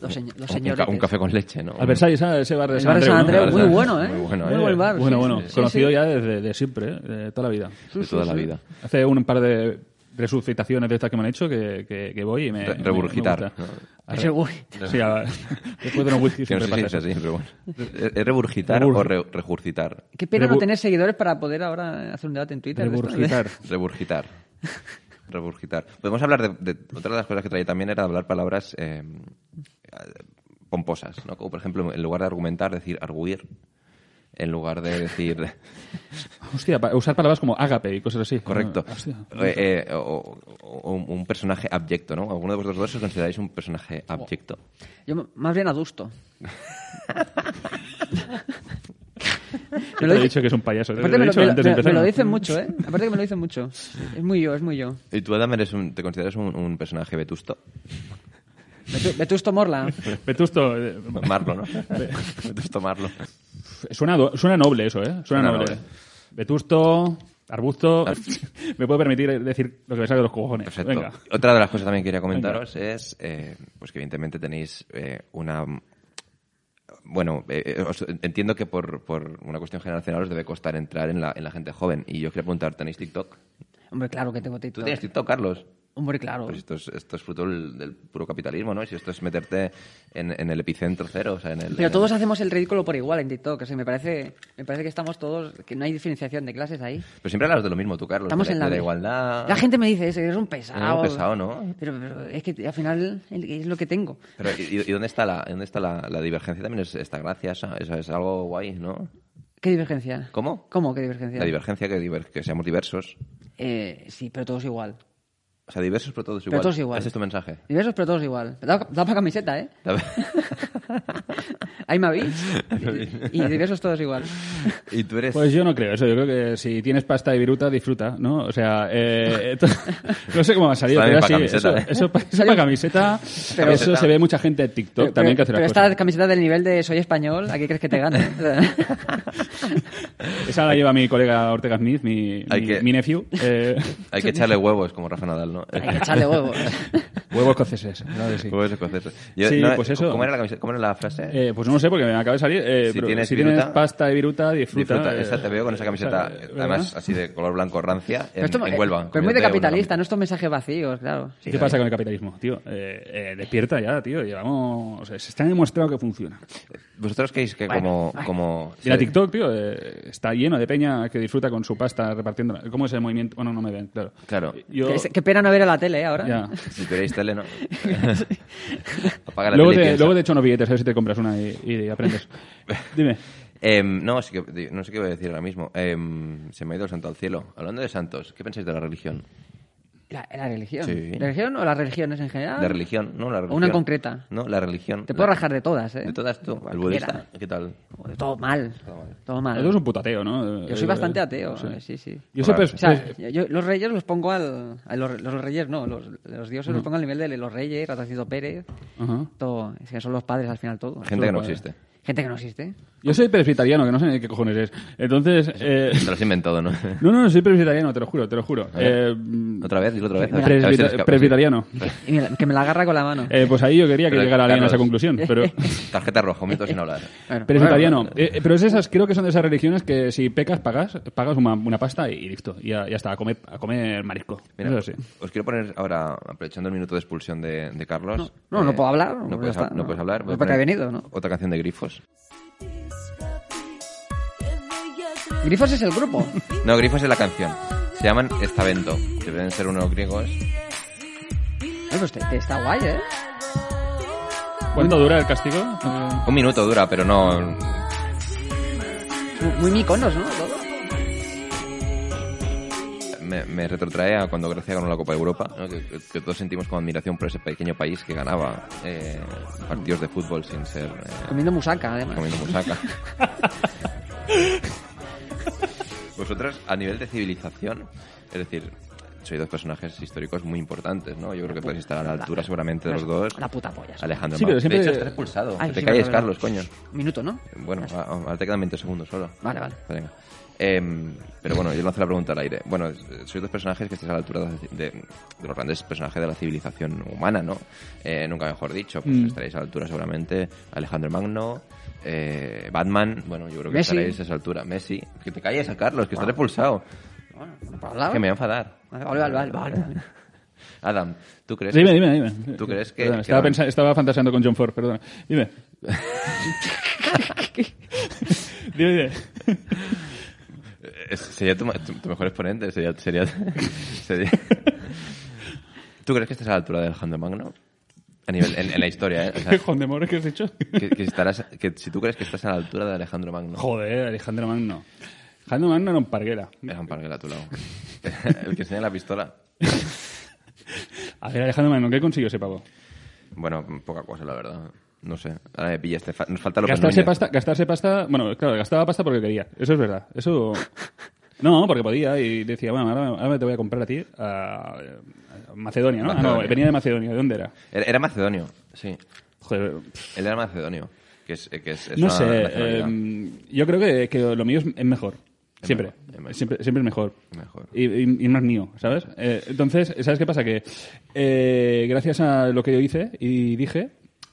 B: Los, señ- los
A: un ca-
B: señores.
A: un, café con leche, ¿no?
C: Al Versalles, ¿sabes? ese bar de
B: El
C: San
B: bar de
C: Andreu.
B: San
C: ¿no?
B: Andreu,
A: Andreu,
B: muy
A: Andreu,
B: bueno, ¿eh?
A: muy bueno, ¿eh?
B: el bar.
C: Bueno,
B: sí,
C: bueno,
B: sí, sí,
C: conocido
B: sí.
C: ya desde de siempre, ¿eh? de toda la vida.
A: de toda la vida.
C: Hace un par de resucitaciones de estas que me han hecho que, que, que voy y me.
A: Re-
C: me-
A: reburgitar,
C: me gusta.
A: ¿no?
C: Arre-
B: Ese güey.
C: Sí,
B: [LAUGHS]
C: a- después de unos whisky
A: Que no sé
C: siempre
A: si
C: pasa
A: es
C: eso.
A: así, pero bueno. ¿Es reburgitar
C: Rebur-
A: o re- regurgitar?
B: Qué pena no
C: Rebu-
B: tener seguidores para poder ahora hacer un debate en Twitter. de esto. [LAUGHS]
C: Reburgitar.
A: Reburgitar. Reburgitar. Podemos hablar de, de- Otra de las cosas que traía también era hablar palabras eh, pomposas, ¿no? Como, por ejemplo, en lugar de argumentar, decir arguir. En lugar de
C: [LAUGHS]
A: decir...
C: Hostia, pa- usar palabras como ágape y cosas así.
A: Correcto.
C: Ah, hostia.
A: Eh, eh, o, o- o un personaje abyecto, ¿no? ¿Alguno de vosotros dos os consideráis un personaje abyecto?
B: Yo m- más bien
C: [LAUGHS]
B: adusto. me lo
C: Te he
B: dice-
C: dicho que es un payaso. Te
B: Aparte
C: lo
B: me lo,
C: he dicho
B: me lo-
C: antes de
B: me- me
C: empezar.
B: lo
C: ¿no?
B: dicen mucho, ¿eh? Aparte que me lo dicen mucho. Es muy yo, es muy yo.
A: ¿Y tú, Adam, eres un- te consideras un, un personaje
C: [LAUGHS]
A: vetusto?
B: Vetu- Vetusto Morla.
C: Vetusto. eh,
A: Marlo, ¿no? [LAUGHS] vetusto Marlo.
C: Suena, do- suena noble eso, ¿eh? Suena,
A: Suena
C: noble.
A: noble.
C: Vetusto, arbusto. [LAUGHS] me puedo permitir decir lo que me salga de los cojones.
A: Perfecto.
C: Venga.
A: Otra de las cosas también que quería comentaros es eh, pues que evidentemente tenéis eh, una... Bueno, eh, eh, os- entiendo que por, por una cuestión generacional os debe costar entrar en la, en la gente joven. Y yo quería preguntar, ¿tenéis TikTok?
B: Hombre, claro que tengo
A: ¿Tú
B: TikTok.
A: tienes TikTok, Carlos?
B: Hombre, claro.
A: Pues esto es, esto es fruto del, del puro capitalismo, ¿no? Y si esto es meterte en, en el epicentro cero, o sea, en el... en
B: Pero
C: eh,
A: el-
B: todos hacemos el ridículo por igual en TikTok. O sea, me parece, me parece que estamos todos... Que no hay diferenciación de clases ahí.
A: Pero siempre hablas de lo mismo tú, Carlos.
B: Estamos
A: de,
B: en
A: la...
B: la...
A: de la igualdad...
B: La gente me dice eso. Eres un pesado.
A: Eres un pesado, ¿no?
B: Pero, pero es que al final es lo que tengo.
A: Pero, ¿y, y dónde está la, dónde está la, la divergencia? También es esta gracia, esa- esa- es algo guay, ¿no?
B: ¿Qué divergencia?
A: ¿Cómo?
B: ¿Cómo qué divergencia?
A: La divergencia, que, diver- que seamos diversos.
B: Eh, sí, pero todos igual.
A: O sea, diversos pero todos
B: Pero
A: igual.
B: todos igual.
A: Ese es tu mensaje.
B: Diversos, pero todos igual. Da, da para camiseta, ¿eh? [LAUGHS] Ahí
A: [LAUGHS]
B: me habéis. Y diversos todos igual.
A: y tú eres...
C: Pues yo no creo eso. Yo creo que si tienes pasta y viruta, disfruta, ¿no? O sea, eh, esto- [LAUGHS] no sé cómo va a salir.
A: Está
C: pero
A: bien pa'
C: sí,
A: camiseta,
C: eso,
A: ¿eh?
C: eso pa- eso pa' camiseta.
B: Pero-
C: eso se ve mucha gente en TikTok también que hace
B: pero
C: las
B: esta
C: cosas.
B: camiseta del nivel de soy español, ¿a qué crees que
A: [LAUGHS]
B: te gane?
C: Esa la lleva mi colega Ortega Smith, mi,
A: Hay
C: mi,
A: que-
C: mi nephew.
A: [LAUGHS]
C: eh,
A: Hay que echarle huevos, como Rafa Nadal, ¿no?
B: Hay que echarle huevos.
C: huevos escoceses, claro que sí.
A: [LAUGHS] Huevos escoceses. Yo-
C: Sí,
A: no,
C: pues eso.
A: ¿Cómo era la, camiseta? ¿Cómo era la frase?
C: [LAUGHS] Eh, pues no sé, porque me acaba de salir. eh,
A: Si
C: pero
A: tienes
C: si
A: viruta,
C: tienes pasta y viruta, disfruta.
A: Disfruta,
C: eh,
A: esa te veo con esa camiseta,
C: ¿verdad?
A: además así de color blanco rancia, en,
B: Pero esto-
A: en Huelva.
B: Pero muy de
A: comiéndote una
B: capitalista,
A: gamba.
B: no estos mensajes vacíos, claro.
C: ¿Qué pasa con el capitalismo, tío? Eh, eh, despierta ya, tío. Llevamos. Se está demostrado que funciona.
A: ¿Vosotros creéis que
B: Bueno,
A: como...
B: bueno.
A: como
C: Y la
A: sí,
C: TikTok, tío, eh, está lleno de peña que disfruta con su pasta repartiendo. ¿Cómo es el movimiento? Bueno, no me ven, claro.
A: Claro.
C: Yo,
B: Qué, qué pena no ver a la tele ¿eh? ahora.
C: ya.
A: Si tuvierais tele,
B: [LAUGHS]
A: ¿no? [LAUGHS] Apaga la
C: Luego,
A: tele y
C: te,
A: piensa.
C: luego te echo unos billetes, a ver si te compras una y, y
A: [LAUGHS]
C: aprendes. Dime.
A: Em, no, sí que- di- no sé qué voy a decir ahora mismo. Em, se me ha ido el santo al cielo. Hablando de santos, ¿qué pensáis de la religión?
B: La La, la religión.
A: Sí.
B: ¿La religión o las religiones en general?
A: De religión, ¿no? La
B: Ah. una
A: religión.
B: concreta.
A: No, la religión.
B: Te puedo
A: La-
B: rajar de todas, ¿eh?
A: De todas tú.
B: Cualquiera.
A: El budista. ¿Qué tal?
B: Todo mal.
A: Todo mal.
B: Todo mal.
C: Tú eres un puto ateo, ¿no?
B: Yo soy bastante
C: Eh,
B: ateo,
C: sí.
B: eh, sí, sí.
C: Yo siempre...
A: Claro.
B: O sea, yo- yo los reyes los pongo al... a los, los reyes no, los, los dioses
A: Mm.
B: los pongo al nivel de los reyes, Ratancito Pérez,
C: Ajá.
B: todo. Es que son los padres al final todo.
A: Gente que no
C: Vale.
A: existe.
B: Gente que no existe.
C: Yo soy presbiteriano, que no sé ni qué cojones es. Entonces... eh,
A: Te lo has inventado,
B: [LAUGHS]
A: ¿no?
C: [LAUGHS] No, no, no, soy presbiteriano, te lo juro, te lo juro.
A: A ver.
C: Eh, mm,
A: otra vez, dilo otra vez.
C: Presbita-
A: A ver si te escapas. [LAUGHS]
C: presbiteriano.
B: Y me la- que me la agarra con la mano.
C: Eh, pues ahí yo quería que
A: Pero,
C: llegara alguien a esa
A: Carlos.
C: conclusión, pero...
A: Tarjeta roja, un
B: [LAUGHS]
A: minuto sin hablar.
B: Bueno,
C: Presbiteriano.
B: bueno,
C: Eh, eh, pero es esas, creo que son de esas religiones que si pecas, pagas, pagas una, una pasta y listo. Y ya, ya está, a comer, a comer marisco.
A: Mira,
C: Eso sí.
A: os quiero poner ahora, aprovechando el minuto de expulsión de, de Carlos. eh,
B: No, no puedo hablar,
A: No
B: ya
A: puedes,
B: está,
A: no
B: no.
A: puedes hablar.
B: No,
A: voy a
B: porque
A: poner
B: he venido, ¿no?
A: Otra canción de Grifos.
B: Grifos es el grupo.
A: No, Grifos es la canción. Se llaman Estavento, que deben ser unos griegos.
B: Eh, pues te- te está guay, ¿eh?
C: ¿Cuánto dura el castigo?
A: Un minuto dura, pero no.
B: Muy, muy miconos, ¿no? Todo.
A: Me, me retrotrae a cuando Grecia ganó la Copa de Europa,
C: Ah,
A: ¿no? que, que- que todos sentimos con admiración por ese pequeño país que ganaba eh, partidos de fútbol sin ser eh,
B: Comiendo musaca, además.
A: comiendo
C: [LAUGHS]
A: musaca. Vosotros, a nivel de civilización, es decir, sois dos personajes históricos muy importantes, ¿no? Yo creo que podéis estar a la altura seguramente de los dos.
B: Pues La puta polla.
A: Alejandro,
C: Sí, pero
A: Magno.
C: siempre-
A: de hecho, estás expulsado.
B: Ay,
A: Que te
B: sí,
A: calles,
B: verdad,
A: Carlos,
B: verdad.
A: coño. Eh,
B: Minuto, ¿no?
A: Bueno,
B: Ya está.
A: a- a- ahora te quedan 20 segundos solo.
B: Vale, vale.
A: Venga. Em, pero bueno, yo lanzo la pregunta al aire. Bueno, es- sois dos personajes que estáis a la altura de, de- de los grandes personajes de la civilización humana, ¿no? Eh, nunca mejor dicho, pues
B: Mm.
A: estaréis a la altura seguramente. Alejandro Magno, eh, Batman, bueno, yo creo que
B: Messi.
A: estaréis a esa altura. Messi, que te calles, Carlos, que estás expulsado.
B: Bueno, no puedo hablar.
A: Que me Eh. va a enfadar.
B: Ah. Vale, vale, vale, vale, vale, vale.
A: Adam, ¿tú crees?
C: Dime, dime, dime.
A: ¿Tú crees que-
C: Perdona,
A: que
C: estaba,
A: van-
C: pensa- estaba fantaseando con John Ford, perdona. Dime.
A: [LAUGHS]
C: dime, dime.
A: Eh, Sería tu, ma- tu- tu mejor exponente, sería, sería, [LAUGHS] sería- ¿Tú crees que estás a la altura de Alejandro Magno? A nivel, en, en la historia, ¿eh? O sea,
C: ¿Qué Juan de Moro que has dicho?
A: que, que estarás, que si tú crees que estás a la altura de Alejandro Magno,
C: Joder, Alejandro Magno. Alejandro Magno era un parguera.
A: era un parguel a tu lado. [LAUGHS] El que enseña la pistola.
C: A ver, Alejandro Magno, ¿qué consiguió ese pavo?
A: Bueno, poca cosa, la verdad. No sé. Ahora me pillas. te fa- Nos falta lo
C: Gastarse pasta, gastarse pasta, bueno, claro, gastaba pasta porque quería, eso es verdad, eso... No, porque podía y decía, bueno, ahora, ahora te voy a comprar a ti a, a Macedonia, ¿no? Ah, no,
A: Macedonia.
C: venía de Macedonia, ¿de dónde era?
A: Era, era macedonio, sí.
C: Joder,
A: Él era macedonio. Que es, que es, es
C: no
A: una
C: sé,
A: nacionalidad.
C: eh, yo creo que, que lo mío es, es mejor, siempre,
A: mejor, es mejor.
C: siempre, siempre es mejor.
A: Mejor.
C: Y, y- y más mío, ¿sabes? Eh, entonces, ¿sabes qué pasa? Que eh, gracias a lo que yo hice y dije,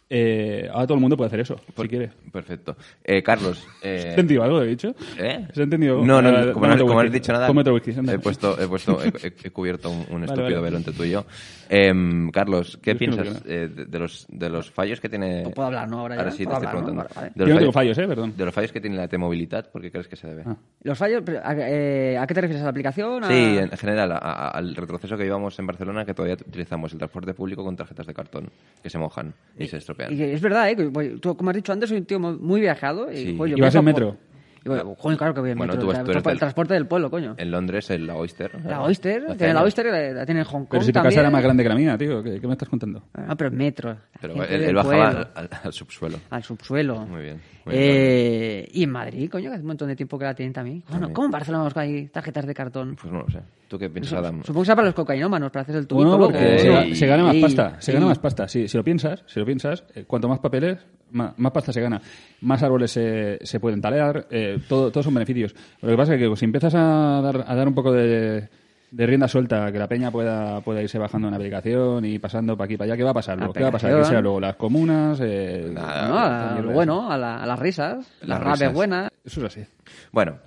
C: eh, ahora todo el mundo puede hacer eso, si quiere.
A: Perfecto. Eh, Carlos. Eh,
C: ¿Has entendido algo, lo he dicho?
A: ¿Eh?
C: ¿Se ha entendido?
A: No, no,
C: Ah,
A: como,
C: dame
A: no,
C: otro
A: como no has
C: whisky.
A: dicho nada,
C: Come otro whisky, anda.
A: he puesto, he, puesto he, he- he cubierto un, un estúpido
C: vale.
A: velo entre tú y yo. Em, Carlos, ¿qué
C: Yo es que no
A: piensas eh, de, de los, de los fallos que tiene...
B: No puedo hablar, ¿no? Ahora ya.
A: sí, te
B: Puedo
A: estoy
B: hablar, ¿no?
A: preguntando.
B: Vale, vale.
A: De los
C: Yo no tengo fallos, ¿eh? Perdón.
A: De los fallos que tiene la T-movilidad, ¿por qué crees que se debe?
C: Ah.
B: Los fallos, pero, ¿a, eh, ¿a qué te refieres? ¿A la aplicación? ¿A-
A: Sí, en general, a- a- al retroceso que llevamos en Barcelona, que todavía utilizamos el transporte público con tarjetas de cartón, que se mojan y, se estropean.
B: Y que es verdad, ¿eh? Que, pues, tú, como has dicho antes, soy un tío mo- muy viajado. Y,
A: Sí.
B: joder, yo
C: ¿Y vas
B: viajo
C: en
B: por-
C: metro?
B: y voy- joder, claro que voy en
A: Bueno,
B: metro.
A: tú-
B: el tra-
A: tú eres
B: el
A: del-
B: transporte del pueblo, coño.
A: En Londres, el, la Oyster.
B: La
A: ¿no?
B: Oyster,
A: Hace
B: tiene la
A: años.
B: Oyster, y la, la tiene en Hong Kong
C: Pero si tu
B: también.
C: casa era más grande que la mía, tío, ¿qué, qué me estás contando?
B: Ah, pero en metro. la
A: Pero
B: gente
A: él, él
B: del
A: bajaba
B: pueblo.
A: al, al- al subsuelo.
B: Al subsuelo.
A: Muy bien, muy bien,
B: Eh, y en Madrid, coño, que hace un montón de tiempo que la tienen también. Bueno, ¿cómo en Barcelona hay tarjetas de cartón?
A: Pues no lo sé. ¿Tú qué piensas, Adam?
B: Supongo que sea para los cocainómanos, para hacer el tubito.
C: Bueno,
B: luego.
C: porque se,
A: eh,
C: ga-
A: y-
C: se gana más
B: y-
C: pasta, se gana
B: y-
C: más pasta. Si, si lo piensas, si lo piensas, eh, cuanto más papeles, ma- más, pasta se gana, más árboles se, se pueden talear, eh, todo, todos son beneficios. Lo que pasa es que pues, si empiezas a dar, a dar un poco de, de rienda suelta, que la peña pueda, pueda irse bajando una aplicación y pasando para aquí, para allá, ¿qué va a pasar? luego? ¿Qué va a pasar? ¿Qué
B: Aplicación.
C: será luego? ¿Las comunas? eh,
A: Nada.
B: No, a, a lo
C: mierda.
B: bueno, a, la- a las risas,
A: Las
B: las raves
A: risas.
B: buenas.
C: Eso es así.
A: Bueno,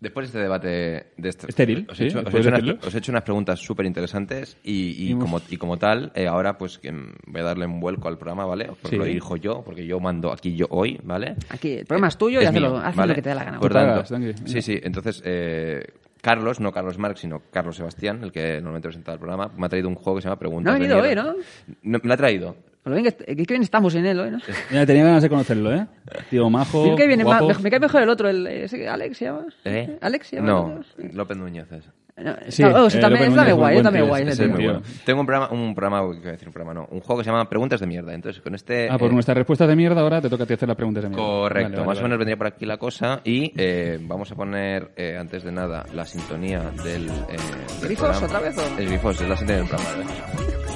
A: después de este debate de este-
C: Estéril,
A: os
C: sí,
A: he, hecho, os he
C: ¿puedes
A: hecho unas,
C: decirlo?
A: os he hecho unas preguntas súper interesantes y, y como, y como tal, eh, ahora pues que, mm, voy a darle un vuelco al programa, ¿vale? Porque
C: Sí.
A: lo dirijo yo, porque yo mando aquí yo hoy, ¿vale?
B: Aquí, el programa es tuyo y haz lo- haz lo que te dé la gana.
A: Por
C: Tú
A: tanto,
C: pagas, tranqui, venga.
A: sí, sí, entonces... eh, Carlos, no Carlos Marx, sino Carlos Sebastián, el que normalmente presenta el programa, me ha traído un juego que se llama Preguntas.
B: No ha
A: de
B: venido
A: mierda.
B: hoy,
A: No, me lo ha traído.
B: Con Lo bien que, est- que bien estamos en él hoy, ¿no?
C: Mira, tenía ganas de conocerlo, ¿eh? Tío majo,
B: Me cae, bien-
C: guapo.
B: me cae mejor el otro, el, ese, Alex se llama.
A: ¿Eh?
B: Alex se llama. el
A: No,
B: otro?
A: López Núñez es.
B: No,
C: Sí,
B: está- oh, sí,
C: eh,
B: también
C: López
B: está de guay,
C: Núñez, buen
B: está de
C: tío,
B: guay.
C: ese
B: ese
A: Ese es
B: tío.
A: muy
C: tío.
A: bueno. Tengo un programa, un programa, ¿qué iba a decir? Un programa no, un juego que se llama Preguntas de mierda. Entonces, con este
C: Ah, por
A: eh,
C: nuestras respuestas de mierda ahora te toca a ti hacer las preguntas de mierda.
A: Correcto,
C: Vale, vale,
A: más o
C: vale.
A: menos vendría por aquí la cosa y eh, vamos a poner eh, antes de nada la sintonía del... eh, del
B: ¿Grifos
A: programa.
B: otra vez o no?
A: Es grifos, es la sintonía del programa. ¿eh?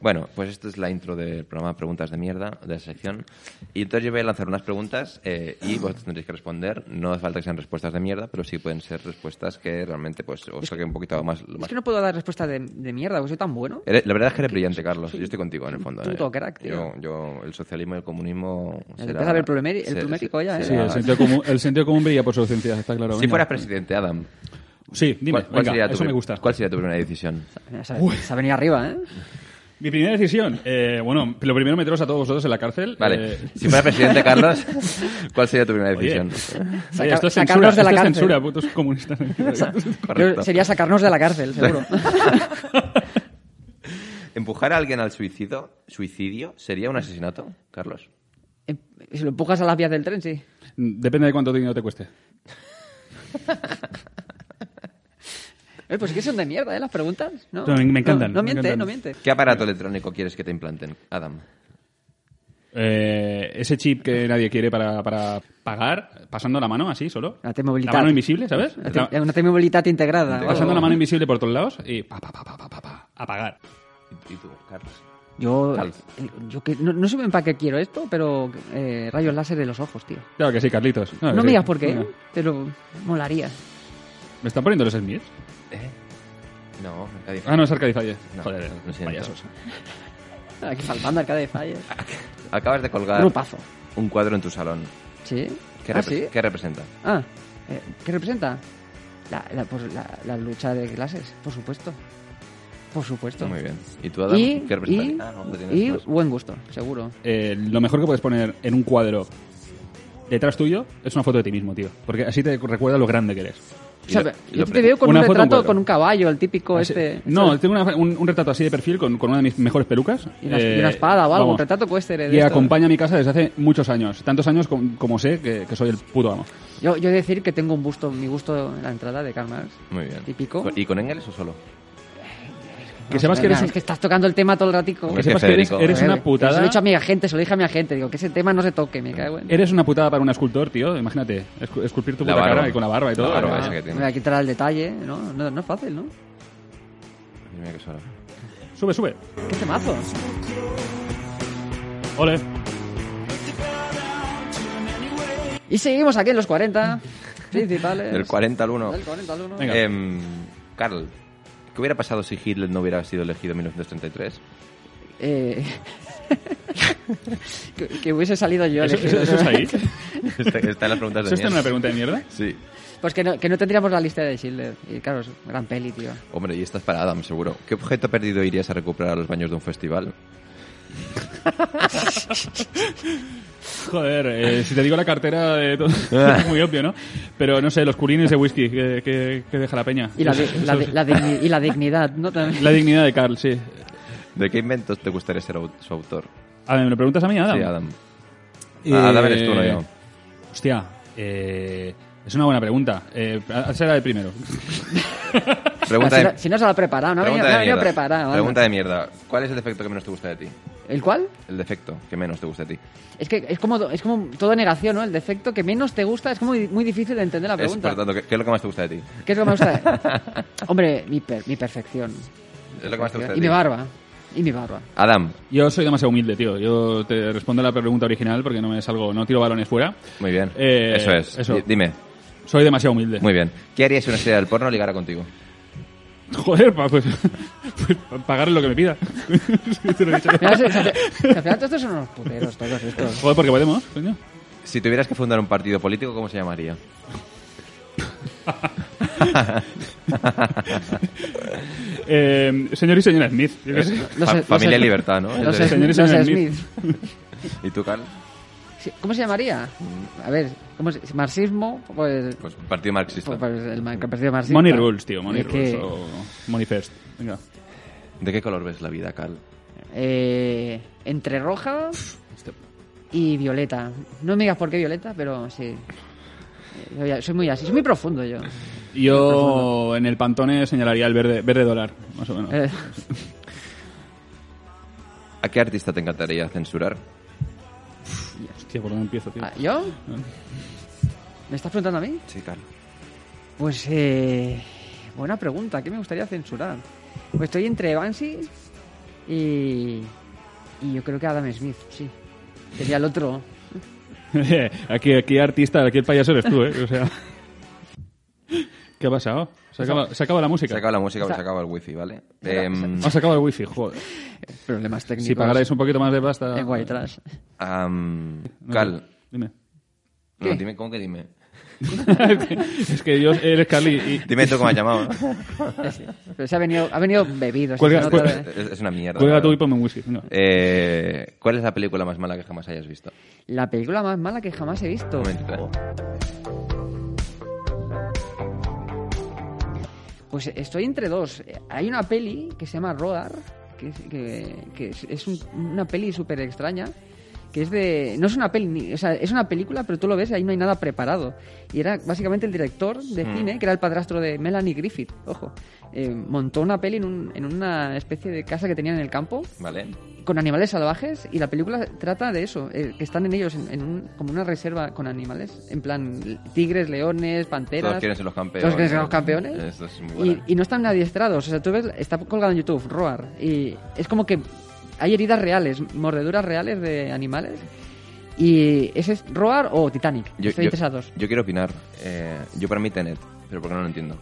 A: Bueno, pues esta es la intro del programa Preguntas de Mierda, de la sección. Y entonces yo voy a lanzar unas preguntas eh, y vosotros tendréis que responder. No hace falta que sean respuestas de mierda, pero sí pueden ser respuestas que realmente pues os saquen un poquito más...
B: Es
A: más- Eh.
B: que no puedo dar respuesta de, de mierda, porque soy tan bueno.
A: Eres- La verdad es que eres brillante, Carlos. Yo estoy contigo en el fondo.
B: puto
A: eh.
B: crack, tío.
A: Yo, yo- el socialismo y el comunismo.
B: Ya empieza a ver plumeri- el plumérico ya, eh.
C: Sí, el sentido, común, el sentido común brilla por su ausencia, está claro.
A: Si
C: venga.
A: fueras presidente, Adam,
C: Sí, dime,
A: ¿cuál, cuál
C: venga,
A: sería tu,
C: eso
A: pri-
C: me gusta.
A: ¿Cuál sería tu primera decisión?
B: Se, se ha venido arriba,
A: [LAUGHS]
B: ¿eh?
C: Mi primera decisión, eh, bueno, lo primero meteros a todos vosotros en la cárcel.
A: Vale,
C: eh,
A: si fueras
C: [LAUGHS]
A: presidente, Carlos, ¿cuál sería tu primera
C: Oye.
A: decisión?
C: oye, esto es
B: Saca-
C: censura,
B: sacarlos de la
C: esto es
B: cárcel.
C: censura, putos comunistas.
B: [LAUGHS]
A: Correcto.
B: Yo- Sería sacarnos de la
A: [LAUGHS]
B: cárcel, seguro. [LAUGHS]
A: ¿Empujar a alguien al suicidio, suicidio sería un asesinato, Carlos?
B: Eh, si lo empujas a las vías del tren, sí.
C: Depende de cuánto dinero te cueste.
B: Eh, pues sí que son de mierda, ¿eh? Las preguntas. No,
C: Me- me encantan,
B: No, no
C: me
B: miente, ¿eh?
C: encantan.
B: no miente.
A: ¿Qué aparato electrónico quieres que te implanten, Adam?
C: Eh, ese chip que nadie quiere para, para pagar, pasando la mano así solo.
B: La T-Mobilidad.
C: La mano invisible, ¿sabes?
B: Una
C: La-
B: te- Una movilidad integrada. o algo.
C: pasando la mano invisible por todos lados y pa, pa, pa, pa, pa, pa, pa, a pagar.
A: ¿Y tú, Carlos?
B: Yo,
A: Tal.
B: el- yo que, no, no sé bien para qué quiero esto, pero eh, rayos láser de los ojos, tío.
C: Claro que sí, Carlitos.
A: Ah,
C: Claro que
B: no
C: sí.
B: me digas por qué,
C: Venga.
B: pero molaría.
C: ¿Me están poniendo los Smiths?
A: ¿Eh? No, nunca dije.
C: Ah, no, es Arcade Fire.
A: No,
C: Joder,
A: lo siento.
C: payasos.
B: Aquí faltando cada vez falles.
A: Acabas de colgar
B: Grupazo.
A: un cuadro en tu salón.
B: ¿Sí?
A: ¿Qué,
B: ah,
A: repre-
B: sí.
A: ¿qué representa?
B: Ah, eh, ¿qué representa? La, la- pues la- la lucha de clases, por supuesto. Por supuesto.
A: Muy bien. ¿Y tú, Adam?
B: Y,
A: ¿Qué representa?
B: y-
A: Ah, no, lo tienes
B: y
A: más.
B: buen gusto, seguro.
C: Eh, lo mejor que puedes poner en un cuadro detrás tuyo es una foto de ti mismo, tío. Porque así te recuerda lo grande que eres.
B: O sea,
A: Y lo- y
B: yo
A: lo
B: te
A: pre-
B: veo con
C: Una
B: un
C: foto, un
B: retrato
C: cuadro.
B: con un caballo, el típico
A: Ah,
C: Así-
B: este.
C: no,
B: esto.
C: tengo una- un, un retrato así de perfil con, con una de mis mejores pelucas.
B: y una,
C: Eh,
B: y una espada o algo,
C: vamos.
B: un retrato cueste de
C: Y
B: esto.
C: acompaña a mi casa desde hace muchos años. Tantos años com- como sé que, que soy el puto amo.
B: Yo, yo he de decir que tengo un busto, mi gusto en la entrada de Karl Marx.
A: Muy bien.
B: Típico.
A: ¿Y con Engels o solo?
C: Que sepas que eres,
B: Es que estás tocando el tema todo el ratico.
A: Hombre,
C: que
A: Es que
C: sepas que eres,
A: Federico-
C: eres
B: A ver,
C: una putada.
B: Se lo he dicho a mi agente, se lo dije a mi agente. Digo, que ese tema no se toque, me cago en...
C: Eres una putada para un escultor, tío. Imagínate, escu- esculpir tu
A: La
C: puta
A: barba.
C: cara y con la barba y todo.
A: La barba,
C: Ah,
A: esa que
B: me
A: tiene.
B: voy a quitar el detalle, ¿no? No, no es fácil, ¿no?
A: Dime que solo.
C: Sube, sube.
B: ¿Qué temazo?
C: Ole.
B: Y seguimos aquí en los 40 principales.
A: Del 40 al 1.
B: Del 40 al 1.
C: Venga.
A: Em, Carl, ¿qué hubiera pasado si Hitler no hubiera sido elegido en
B: [LAUGHS]
A: 1933?
B: Eh... [LAUGHS] que, que hubiese salido yo.
C: ¿Eso,
B: elegido,
C: eso- eso es
B: ¿no? [LAUGHS]
C: ahí?
A: Está, está en las preguntas
C: ¿Eso
A: de
C: está en
A: mierda.
C: una pregunta de mierda?
A: Sí.
B: Pues que no, que no tendríamos la lista de Schindler. Y claro, es gran peli, tío.
A: Hombre, y esta es para Adam, seguro. ¿Qué objeto perdido irías a recuperar a los baños de un festival?
C: Joder, eh, si te digo la cartera, de todo, [LAUGHS]
A: Ah.
C: es muy obvio, ¿no? Pero no sé, los curines de whisky que, que- que deja la peña.
B: Y la, di-
C: Eso- eso
B: la
C: es-
B: di- la digni- y la dignidad, ¿no? También.
C: la dignidad de Carl, sí.
A: ¿De qué inventos te gustaría ser au- su autor?
C: A ver, ¿me lo preguntas a mí, Adam?
A: Sí, Adam.
C: Eh,
A: Ah, Adam eres tú, no yo.
C: Hostia, eh, es una buena pregunta. Eh, hazla de primero.
A: Pregunta
B: Ah, si, no,
A: de,
B: si no se lo ha preparado, no ha venido,
A: pregunta de
B: no ha venido
A: mierda.
B: preparado. anda.
A: Pregunta de mierda. ¿Cuál es el defecto que menos te gusta de ti?
B: ¿El cuál?
A: El defecto que menos te gusta de ti.
B: Es que es como, es como todo negación, ¿no? El defecto que menos te gusta es como muy, muy difícil de entender la
A: Es, por
B: pregunta.
A: lo tanto, ¿qué, qué es lo que más te gusta de ti?
B: ¿Qué es lo que
A: [LAUGHS]
B: me gusta? Hombre, mi, per- mi perfección.
A: Es lo que más te gusta de
B: Y
A: ti.
B: mi barba. Y mi barba.
A: Adam,
C: Yo soy demasiado humilde, tío. Yo te respondo a la pregunta original porque no me salgo, no tiro balones fuera.
A: muy bien.
C: Eh,
A: eso es.
C: eso.
A: Di- Dime.
C: Soy demasiado humilde.
A: Muy bien. ¿Qué harías si una estrella del porno ligara contigo?
C: [LAUGHS] Joder, pa- pues, pues, pa- pagarle lo que me pida. [LAUGHS] Sí, te lo he dicho.
B: Mira, si- si- si al final todos estos son unos puteros, todos estos.
C: Joder, porque podemos, coño.
A: Si tuvieras que fundar un partido político, ¿cómo se llamaría? [LAUGHS]
C: Eh, señor y señora Smith, yo qué sé.
B: Los- e-,
A: Fa-
B: los-
A: familia y libertad, ¿no?
B: Los, e-,
A: El-
C: señores
B: los
C: señores
B: Smith.
A: ¿Y tú, Carl?
B: Sí, ¿Cómo se llamaría? A ver, ¿cómo se- marxismo, pues,
A: Pues un partido marxista.
B: pues, pues, el ma- el partido marxista.
C: Money Rules, tío, Money
B: Es
C: Rules
B: que,
C: o Money First. Venga.
A: ¿De qué color ves la vida, Carl?
B: eh, entre roja y violeta. No me digas por qué violeta, pero sí. Eh, Yo ya- soy muy así, soy muy profundo yo.
C: Yo en el Pantone señalaría el verde, verde dólar, más o menos.
B: Eh,
A: ¿A qué artista te encantaría censurar?
C: Hostia, ¿por dónde empiezo, tío?
B: ah, ¿Yo? ¿Me estás preguntando a mí?
A: Sí, claro.
B: Pues, eh, buena pregunta. ¿Qué me gustaría censurar? Pues estoy entre Bansi y, y yo creo que Adam Smith, sí. Sería el otro.
C: [LAUGHS] aquí, aquí artista, aquí el payaso eres tú, ¿eh? O sea... [LAUGHS] ¿Qué ha pasado? Se acaba, se acaba la música.
A: Se acaba la música, pero se
B: Está-
A: acaba el wifi, ¿vale?
B: Está-
A: Em,
C: Ah, se acaba el wifi, joder.
B: Problemas técnicos.
C: Si pagarais un poquito más de pasta...
B: en White Trash.
A: am,
C: No,
A: Cal,
C: Dime.
A: no,
B: ¿Qué?
A: dime, ¿cómo que dime?
C: es que yo eres Cali y...
A: Dime tú cómo has llamado.
B: Pero se ha venido, ha venido bebido. se
C: Cuelga-
B: nota-
C: cuelga-
A: es, es una mierda.
C: Cuelga tú
A: la
C: y
A: verdad.
C: ponme un whisky. venga.
A: Eh, ¿Cuál es la película más mala que jamás hayas visto?
B: eh. La película más mala que jamás he visto.
A: Un momentito, eh.
B: Pues estoy entre dos. Eh, Hay una peli que se llama Rodar, que es, que- que es- es un- una peli súper extraña, que es de... No es una peli, ni- o sea, es una película, pero tú lo ves, ahí no hay nada preparado. Y era básicamente el director de cine, que era el padrastro de Melanie Griffith, ojo. eh, montó una peli en, un- en una especie de casa que tenían en el campo
A: ¿Vale?
B: con animales salvajes y la película trata de eso, eh, que están en ellos en, en un- como una reserva con animales, en plan tigres, leones, panteras.
A: Todos quieren ser los campeones.
B: Todos quieren ser los campeones.
A: Eso es muy
B: Y,
A: buena.
B: y no están adiestrados. O sea, tú ves, está colgado en YouTube, Roar. Y es como que hay heridas reales, mordeduras reales de animales. Y ese es Roar o Titanic. Estoy entre esas dos.
A: yo quiero opinar. Eh, yo para mí Tenet, pero porque no lo entiendo.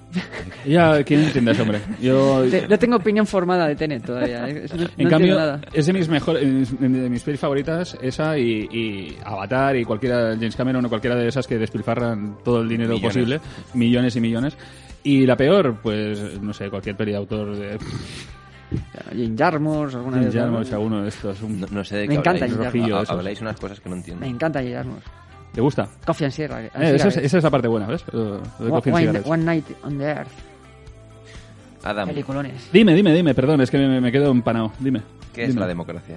C: Ya, ¿quién entiende a ese hombre? Yo...
B: Te- No tengo opinión formada de Tenet todavía.
C: [LAUGHS]
B: Es- No, no
C: En cambio,
B: entiendo nada.
C: es de mis mejores, de mis pelis favoritas, esa y, y Avatar y cualquiera, James Cameron o cualquiera de esas que despilfarran todo el dinero
A: Millones.
C: posible, millones y millones. Y la peor, pues, no sé, cualquier peli de autor de
B: Jim Jarmusch, alguna
C: Jim [LAUGHS]
B: vez, ¿no?
C: Jarmusch, alguno de estos. un-
A: No, no sé de qué
B: [LAUGHS] Me encanta
A: habláis.
B: el
C: rojillo,
A: Ha-
C: eso.
A: habláis unas cosas que no entiendo.
B: Me encanta Jim Jarmusch.
C: ¿Te gusta?
B: Coffee and Sierra. and
C: Eh, esa, es,
B: Cigarettes.
C: esa es la parte buena, ¿ves? Lo- lo de Coffee and
B: One,
C: Cigarettes.
B: One Night on the Earth.
A: Adam,
B: Peliculones.
C: Dime, dime, dime, perdón, es que me, me quedo empanado. Dime.
A: ¿qué es
C: dime.
A: la
B: [LAUGHS]
A: democracia?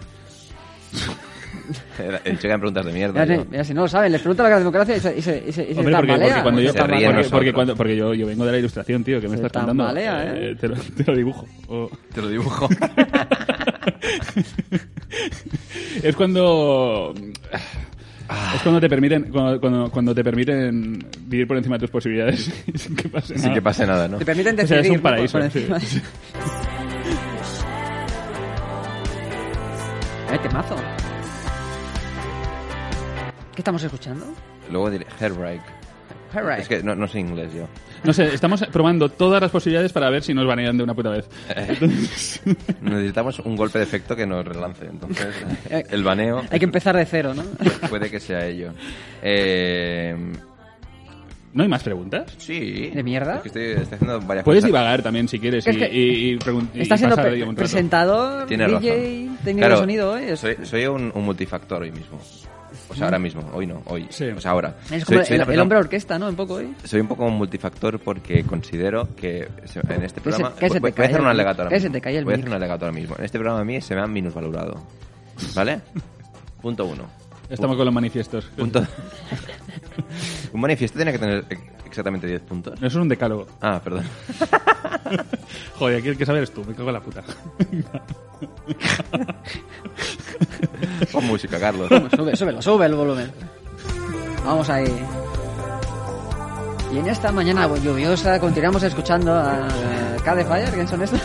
A: Era- He hecho que eran preguntas de mierda.
B: Mira,
A: yo.
B: si- mira, si no lo saben, les pregunto a la democracia y se, y se- y se- y se
C: Hombre, porque,
B: tambalea.
C: porque cuando yo,
A: Se ríen
C: porque-
A: nosotros.
C: porque cuando- porque yo, yo vengo de la ilustración, tío, que me
B: Se
C: estás contando.
B: tambalea, ¿eh?
C: te, lo, [LAUGHS] te lo dibujo. O-
A: Te lo
B: [LAUGHS]
A: dibujo. [LAUGHS]
C: es cuando es cuando te permiten cuando, cuando, cuando te permiten vivir por encima de tus posibilidades [LAUGHS] sin que pase nada.
A: Sin que pase nada, ¿no?
B: Te permiten
C: O sea,
B: decidir.
C: es un
B: ¿no? Por-
C: paraíso.
B: por
C: sí.
B: encima.
C: [LAUGHS]
B: Eh, temazo. ¿Qué estamos escuchando?
A: Luego diré Heartbreak.
B: Alright.
A: Es que no, no sé inglés
B: [LAUGHS]
A: yo.
C: No sé, estamos probando todas las posibilidades para ver si nos banean de una puta vez. Entonces,
A: Necesitamos un golpe de efecto que nos relance. Entonces,
B: Eh,
A: el baneo
B: Hay que empezar de cero, ¿no?
A: puede que sea ello. Eh,
C: ¿No hay más preguntas?
A: sí.
B: ¿De mierda?
A: Es que estoy, estoy haciendo varias
C: Puedes
A: cosas.
C: divagar también si quieres y,
B: Es que-
C: y, y pregun- y
B: Estás siendo
C: pasar
B: pre-
C: de un rato.
B: presentador,
A: Tienes
B: DJ,
A: razón.
B: técnico
A: Claro,
B: de sonido, ¿eh? Es- ¿Mm?
A: Soy, soy un, un multifactor hoy mismo. O sea, ahora mismo, hoy no, hoy.
C: Sí.
A: O sea, ahora.
B: Es
A: Soy- soy
B: como el,
A: una
B: el
A: persona-
B: hombre orquesta, ¿no? Un poco, ¿eh?
A: Soy un poco un multifactor porque considero que se- en este
B: Que se-
A: programa.
B: que se
A: voy,
B: te
A: voy a
B: cae
A: hacer
B: el-
A: un alegato ahora
B: que se
A: mismo.
B: te cae el
A: Voy a hacer
B: mir.
A: un alegato ahora mismo. En este programa a mí se me han minusvalorado. ¿Vale? Punto uno.
C: Estamos con los manifiestos. [LAUGHS]
A: Punto. [LAUGHS] un manifiesto tiene que tener exactamente 10 puntos.
C: No, Eso es un decálogo.
A: Ah, perdón.
C: Joder, aquí el que sabe eres tú, me cago en la puta. [LAUGHS]
A: Con música, Carlos.
B: Sube, [LAUGHS] súbelo, sube el volumen. Vamos ahí. Y en esta mañana lluviosa continuamos escuchando a Cade Fire, ¿quién son estos?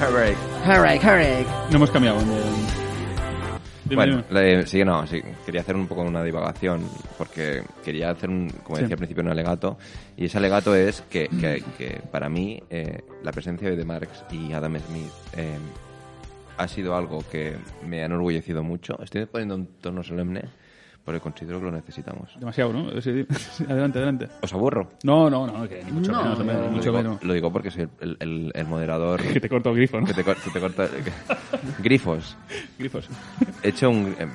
A: Alright.
B: Herrick, Herrick.
C: No hemos cambiado. no. Dime,
A: Bueno,
C: dime.
A: la- eh, sí, no, sí, quería hacer un poco una divagación, porque quería hacer, un, como
C: Sí.
A: decía al principio, un alegato, y ese alegato es que, que- que para mí eh, la presencia de Marx y Adam Smith eh, ha sido algo que me ha enorgullecido mucho. Estoy poniendo un tono solemne, porque considero que lo necesitamos.
C: Demasiado, ¿no? Sí, sí. [LAUGHS] adelante, adelante.
A: ¿Os aburro?
C: No, no, no, que ni mucho
B: No,
C: menos, hombre,
B: no,
C: ni
B: no,
C: mucho
A: lo,
C: menos.
A: digo, lo digo porque soy el, el- el moderador
C: [LAUGHS] Que
A: que
C: te corto el grifo, ¿no?
A: te, cor- que te corta... que-
C: [LAUGHS]
A: Grifos.
C: Grifos.
A: he hecho un... em,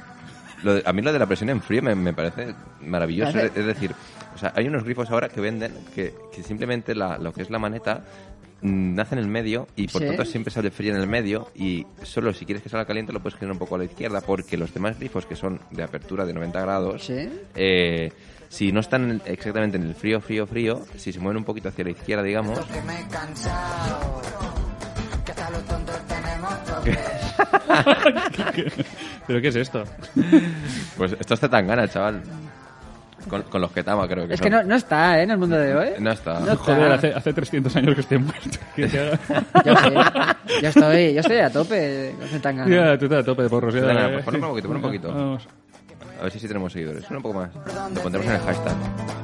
A: lo de- a mí lo de la presión en frío me, me parece maravilloso.
B: Parece-
A: Es decir, o sea, hay unos grifos ahora que venden que, que simplemente la- lo que es la maneta mm, nace en el medio y por
B: Sí.
A: tanto siempre sale fría en el medio y solo si quieres que salga caliente lo puedes girar un poco a la izquierda porque los demás grifos que son de apertura de 90 grados,
B: Sí.
A: eh, si no están exactamente en el frío, frío, frío, si se mueven un poquito hacia la izquierda, digamos,
D: Que me he cansado. Que hasta los tontos tenemos toque.
C: ¿Pero qué es esto?
A: pues esto está tan gana, chaval. Con, con los que tama, creo que
B: Es
A: son.
B: que no, no está, ¿eh? En el mundo de hoy.
A: No está.
B: No está.
C: Joder, hace, hace 300 años que estoy muerto. [LAUGHS] Que te haga-
B: Yo sé. Yo estoy, yo estoy a tope con Zetangana.
C: [LAUGHS] Ya, tú estás a tope de porros. ya,
A: Venga,
C: eh.
A: pues ponlo un poquito, ponlo un poquito.
C: Vamos.
A: A ver si sí tenemos seguidores. Suena un poco más. Lo pondremos en el hashtag.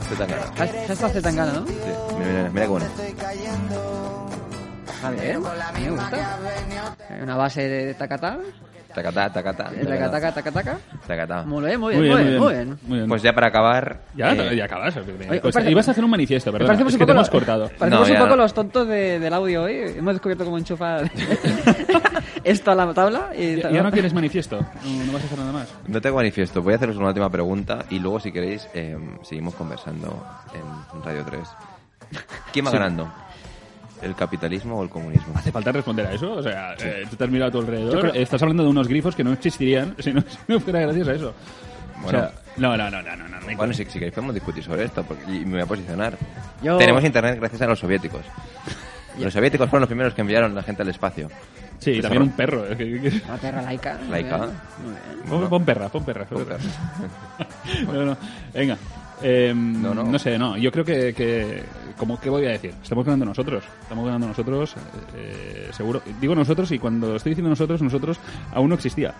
A: Estoy tan gana.
B: Has- has estado Zetangana, ¿no?
A: Sí, mira, mira, mira qué bueno.
B: A ver, me gusta. Hay Una base de tacatá.
A: Tacatá, tacatá.
B: Taca, taca, taca, taca.
A: Tacatá.
B: Muy bien, muy bien, muy bien. Muy bien.
C: muy bien.
A: Pues ya para acabar.
C: ya,
A: eh,
C: ya acabas.
B: oye,
C: Pues
B: parece-
C: ibas a hacer un manifiesto, ¿verdad?
B: Parecemos
C: Es
B: un
C: que te
B: poco,
C: hemos
B: lo- [LAUGHS]
C: cortado.
B: parecemos
A: No,
B: un
A: ya
B: poco
A: no.
B: los tontos de- del audio hoy. Hemos descubierto cómo enchufar [LAUGHS] esto a la tabla. Y
C: Ya, ya no quieres manifiesto. No, no vas a hacer nada más.
A: No tengo manifiesto. Voy a haceros una última pregunta y luego, si queréis, eh, seguimos conversando en Radio 3. ¿Quién va ganando? ¿El capitalismo o el comunismo?
C: ¿Hace falta responder a eso? O sea, eh, tú te has mirado a tu alrededor. Estás hablando de unos grifos que no existirían si no, [LAUGHS] si no fuera gracias a eso.
A: Bueno.
C: o sea, no, no, no, no, no. no, no.
A: Bueno, si, si queréis podemos discutir sobre esto porque, y me voy a posicionar.
B: Yo-
A: Tenemos internet gracias a los
B: [LAUGHS]
A: soviéticos. Los soviéticos fueron los primeros que enviaron a la gente al espacio.
C: Sí, y también un perro. es que- que- que- [LAUGHS]
B: Una perra laica. muy
A: Laica.
B: bien, muy bien.
C: Pon, pon perra, pon perra. pon perra. [LAUGHS] No, no. Venga. Eh, no,
A: no.
C: sé, no. Yo creo que, que como, ¿qué voy a decir? Estamos ganando nosotros. Estamos ganando nosotros, eh, seguro. Digo nosotros y cuando estoy diciendo nosotros, nosotros aún no existía.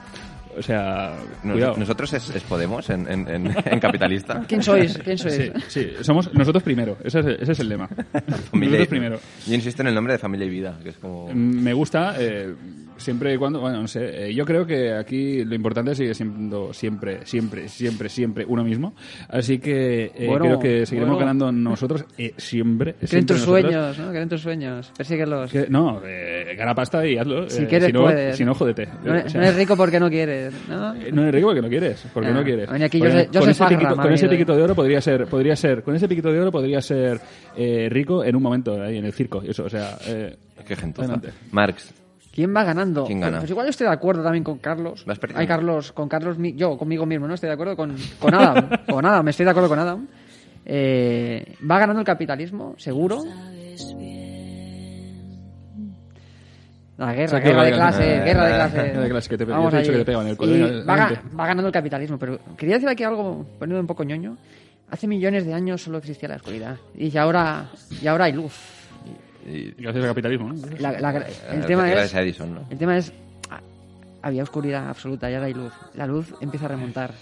C: O sea,
A: Nos-
C: cuidado.
A: ¿Nosotros es, es Podemos en, en- en- [LAUGHS] en
C: [LAUGHS]
A: capitalista?
B: ¿Quién sois? ¿Quién sois?
C: Sí, sí, somos nosotros primero. Ese es, ese es el [LAUGHS] lema.
A: Familia y-
C: nosotros primero. Mm.
A: Yo insisto en el nombre de Familia y Vida, que es como...
C: Me gusta, eh, siempre y cuando, bueno, no sé, eh, yo creo que aquí lo importante sigue siendo siempre, siempre, siempre, siempre uno mismo. Así que eh,
B: Bueno,
C: creo que seguiremos
B: bueno.
C: ganando nosotros eh, siempre.
B: Creen
C: siempre
B: tus
C: nosotros.
B: sueños, ¿no? Creen tus sueños. Persíguelos.
C: Que- no, eh, gana pasta y hazlo.
B: Si
C: eh,
B: quieres,
C: si no,
B: puedes.
C: Si no, jódete. Eh,
B: No,
C: O
B: eres-
C: sea,
B: no eres rico porque no quieres, ¿no?
C: eh, no eres rico porque no quieres. Porque
B: Ah,
C: no quieres.
B: venía aquí
C: Porque
B: Joseph-
C: con
B: Joseph
C: ese
B: Farrar,
C: piquito,
B: me ha
C: con ese
B: venido.
C: piquito de oro podría ser, podría ser, con ese piquito de oro podría ser eh, rico en un momento ahí en el circo. y Eso, o sea, eh,
A: Qué gentuza.
C: Adelante.
A: Marx.
B: ¿Quién va ganando?
A: ¿Quién gana?
B: Pues, igual yo estoy de acuerdo también con Carlos.
A: Vas perdiendo.
B: Ay, Carlos, con Carlos, mi- yo conmigo mismo, ¿no? Estoy de acuerdo con, con Adam. con Adam, estoy de acuerdo con Adam. Eh, va ganando el capitalismo, seguro. La
C: O
B: guerra,
C: sea, que
B: guerra, de
C: valga-
B: clase,
A: eh,
B: guerra de
A: eh,
B: clase,
C: guerra de clase, que te- yo
B: Vamos
C: te he dicho
B: ahí.
C: que te pega en el culo,
B: Y
C: venga,
B: va, ga-
C: adelante.
B: va ganando el capitalismo, pero quería decir aquí algo, poniendo un poco ñoño. Hace millones de años solo existía la oscuridad y ahora, y ahora hay luz.
A: Y-
C: gracias al capitalismo. ¿no?
B: La- la- el
A: eh,
B: tema
A: gracias
B: es
A: a Edison, ¿no?
B: el tema es, ah, había oscuridad absoluta y ahora hay luz. La luz empieza a remontar.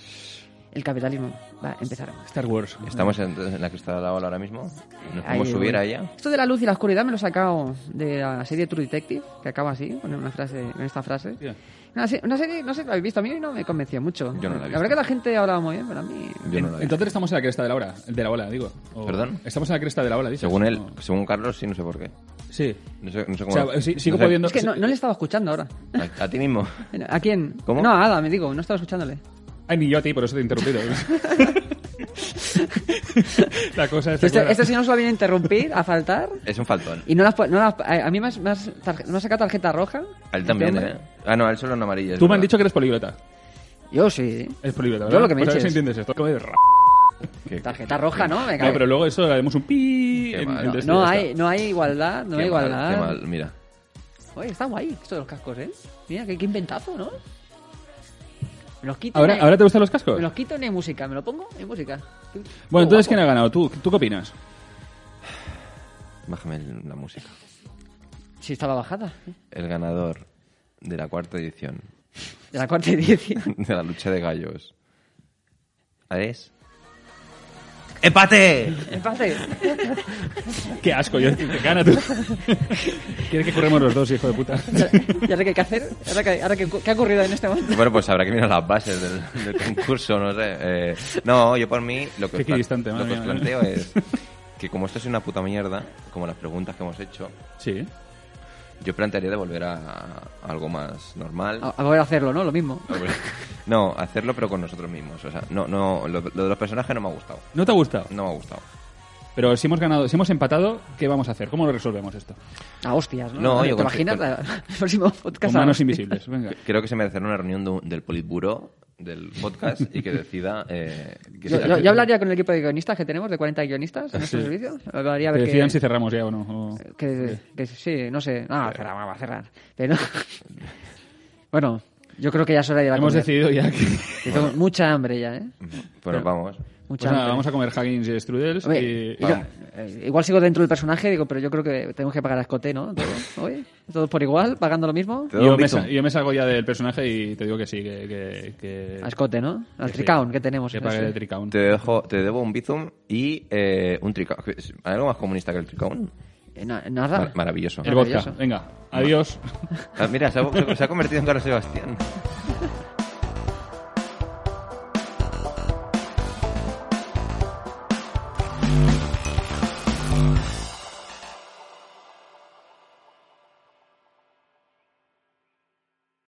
B: El capitalismo va a empezar a remontar.
C: Star Wars.
A: Estamos en, en la que está la ola ahora mismo. ¿Nos
B: Ahí
A: podemos subir
B: voy.
A: a ella?
B: Esto de la luz y la oscuridad me lo he sacado de la serie True Detective, que acaba así, con, una frase, con esta frase.
C: Hostia.
B: Una, se- una serie, no sé si la habéis visto, a mí no me convenció mucho.
A: Yo no la he visto.
B: verdad que la gente hablaba muy bien, pero a mí...
A: Yo no la vi.
C: Entonces estamos en la cresta de la ola, de la ola, digo. O-
A: ¿Perdón?
C: Estamos en la cresta de la ola, dices.
A: Según él,
C: O-
A: según Carlos, sí, no sé por qué.
C: Sí.
A: No sé, no sé
C: O
A: cómo.
C: sea, sí-
A: no
C: sigo
A: sé-
C: pudiendo...
B: Es que no, no le estaba escuchando ahora.
A: A, a ti mismo. [LAUGHS]
B: ¿A quién?
A: ¿Cómo?
B: No, a Ada, me digo, no estaba escuchándole.
C: Ay, ni yo a ti, por eso te
B: [LAUGHS]
C: he interrumpido. la cosa es...
B: Este, este señor se lo viene a interrumpir, a faltar,
A: Es un faltón.
B: Y no las, pu- no las- a a mí me has, me has tarje- me has sacado tarjeta roja.
A: A él también,
B: Este
A: ¿eh?
B: hombre.
A: Ah, no, a él solo en amarilla. es
C: Tú me
A: verdad.
C: han dicho que eres poliglota.
B: Yo sí.
C: Es
B: Yo
C: poliglota, ¿verdad?
B: lo que me
C: Pues a ver
B: eches.
C: si entiendes esto. Como de r-
A: Que-
B: Tarjeta roja, ¿no? Venga,
C: No, pero luego eso le haremos un pi...
A: Qué
C: en-
A: mal.
C: en
B: no,
C: este-
B: no
C: ya
B: hay,
C: está.
B: no hay igualdad, no
A: qué
B: hay
A: mal,
B: igualdad.
A: qué mal, mira.
B: Oye, está guay esto de los cascos, ¿eh? Mira, qué, qué inventazo, ¿no? Me los quito.
C: ¿Ahora,
B: en-
C: ¿Ahora te gustan los cascos?
B: Me los quito en música, me lo pongo en música.
C: Bueno, entonces, ¿quién
B: guapo.
C: ha ganado? ¿Tú, ¿Tú qué opinas?
A: Bájame el- la música.
B: Sí, estaba bajada. ¿eh?
A: El ganador de la cuarta edición
B: De la cuarta y diez. [LAUGHS]
C: [LAUGHS]
A: [LAUGHS] de la lucha de gallos. ¿Es?
B: Empate.
C: Qué asco, yo
B: [LAUGHS]
C: gana tú. ¿Quieres que corremos los dos, hijo de puta?
B: Ya- ya sé qué hay que hacer. Ahora que, ahora que- ¿Qué ha ocurrido en este momento?
A: Bueno, pues habrá que mirar las bases del, del concurso, no sé. Eh, no, yo por mí lo que,
C: Qué
A: os, plan-
C: equidistante,
A: lo
C: madre
A: que os
C: mía.
A: planteo es que como esto es una puta mierda, como las preguntas que hemos hecho,
C: Sí.
A: yo plantearía de volver a, a algo más normal.
B: A, a volver a hacerlo, ¿no? Lo mismo.
A: No, hacerlo pero con nosotros mismos. O sea, no, no, lo, lo de los personajes no me ha gustado.
C: ¿No te ha gustado?
A: No me ha gustado.
C: Pero si hemos ganado, si hemos empatado, ¿qué vamos a hacer? ¿Cómo lo resolvemos esto?
B: A hostias, ¿no?
A: No,
B: ¿Te
A: yo consigo-
B: imaginas la- [LAUGHS] el próximo podcast?
C: Con
B: a
C: manos
B: hostias?
C: invisibles. Venga.
A: Creo que se merecerá una reunión de un- del Politburó del podcast y que decida eh, que
B: [LAUGHS] Yo,
A: sea-
B: yo- yo hablaría con el equipo de guionistas que tenemos, de 40 guionistas
C: Ah,
B: en nuestro servicio. Hablaría a
C: Que
B: ver
C: decidan
B: qué-
C: si cerramos ya o no. o-
B: que, que sí, no sé. No, cerrar, va a cerrar. Pero. [LAUGHS] bueno, yo creo que ya es hora de ir a
C: Hemos
B: comer.
C: decidido
B: [LAUGHS]
C: ya que.
B: Que tengo mucha hambre ya, ¿eh?
A: Pero vamos.
B: Mucha
C: Pues nada,
B: hambre.
C: vamos a comer Huggins y Strudels.
B: Hombre,
C: y-
B: yo- eh, igual sigo dentro del personaje, digo, pero yo creo que tenemos que pagar a escote, ¿no? Todo, oye, todos por igual, pagando lo mismo.
A: Te doy
C: Yo
A: un
C: me,
A: bizum.
C: sa- yo me salgo ya del personaje y te digo que sí, que... que, que-
B: A escote, ¿no? Al
C: que sí.
B: tricaun que tenemos.
C: Que
B: no
C: pague
B: sé.
C: el tricaun.
A: Te, dejo, te debo un bizum y eh, un tricao. ¿Hay algo más comunista que el tricao?
B: Eh, na- nada.
A: Mar- maravilloso.
C: Ah. El vodka.
B: Maravilloso.
C: Venga, adiós.
A: Ah, mira, se ha, se ha convertido en Carlos Sebastián.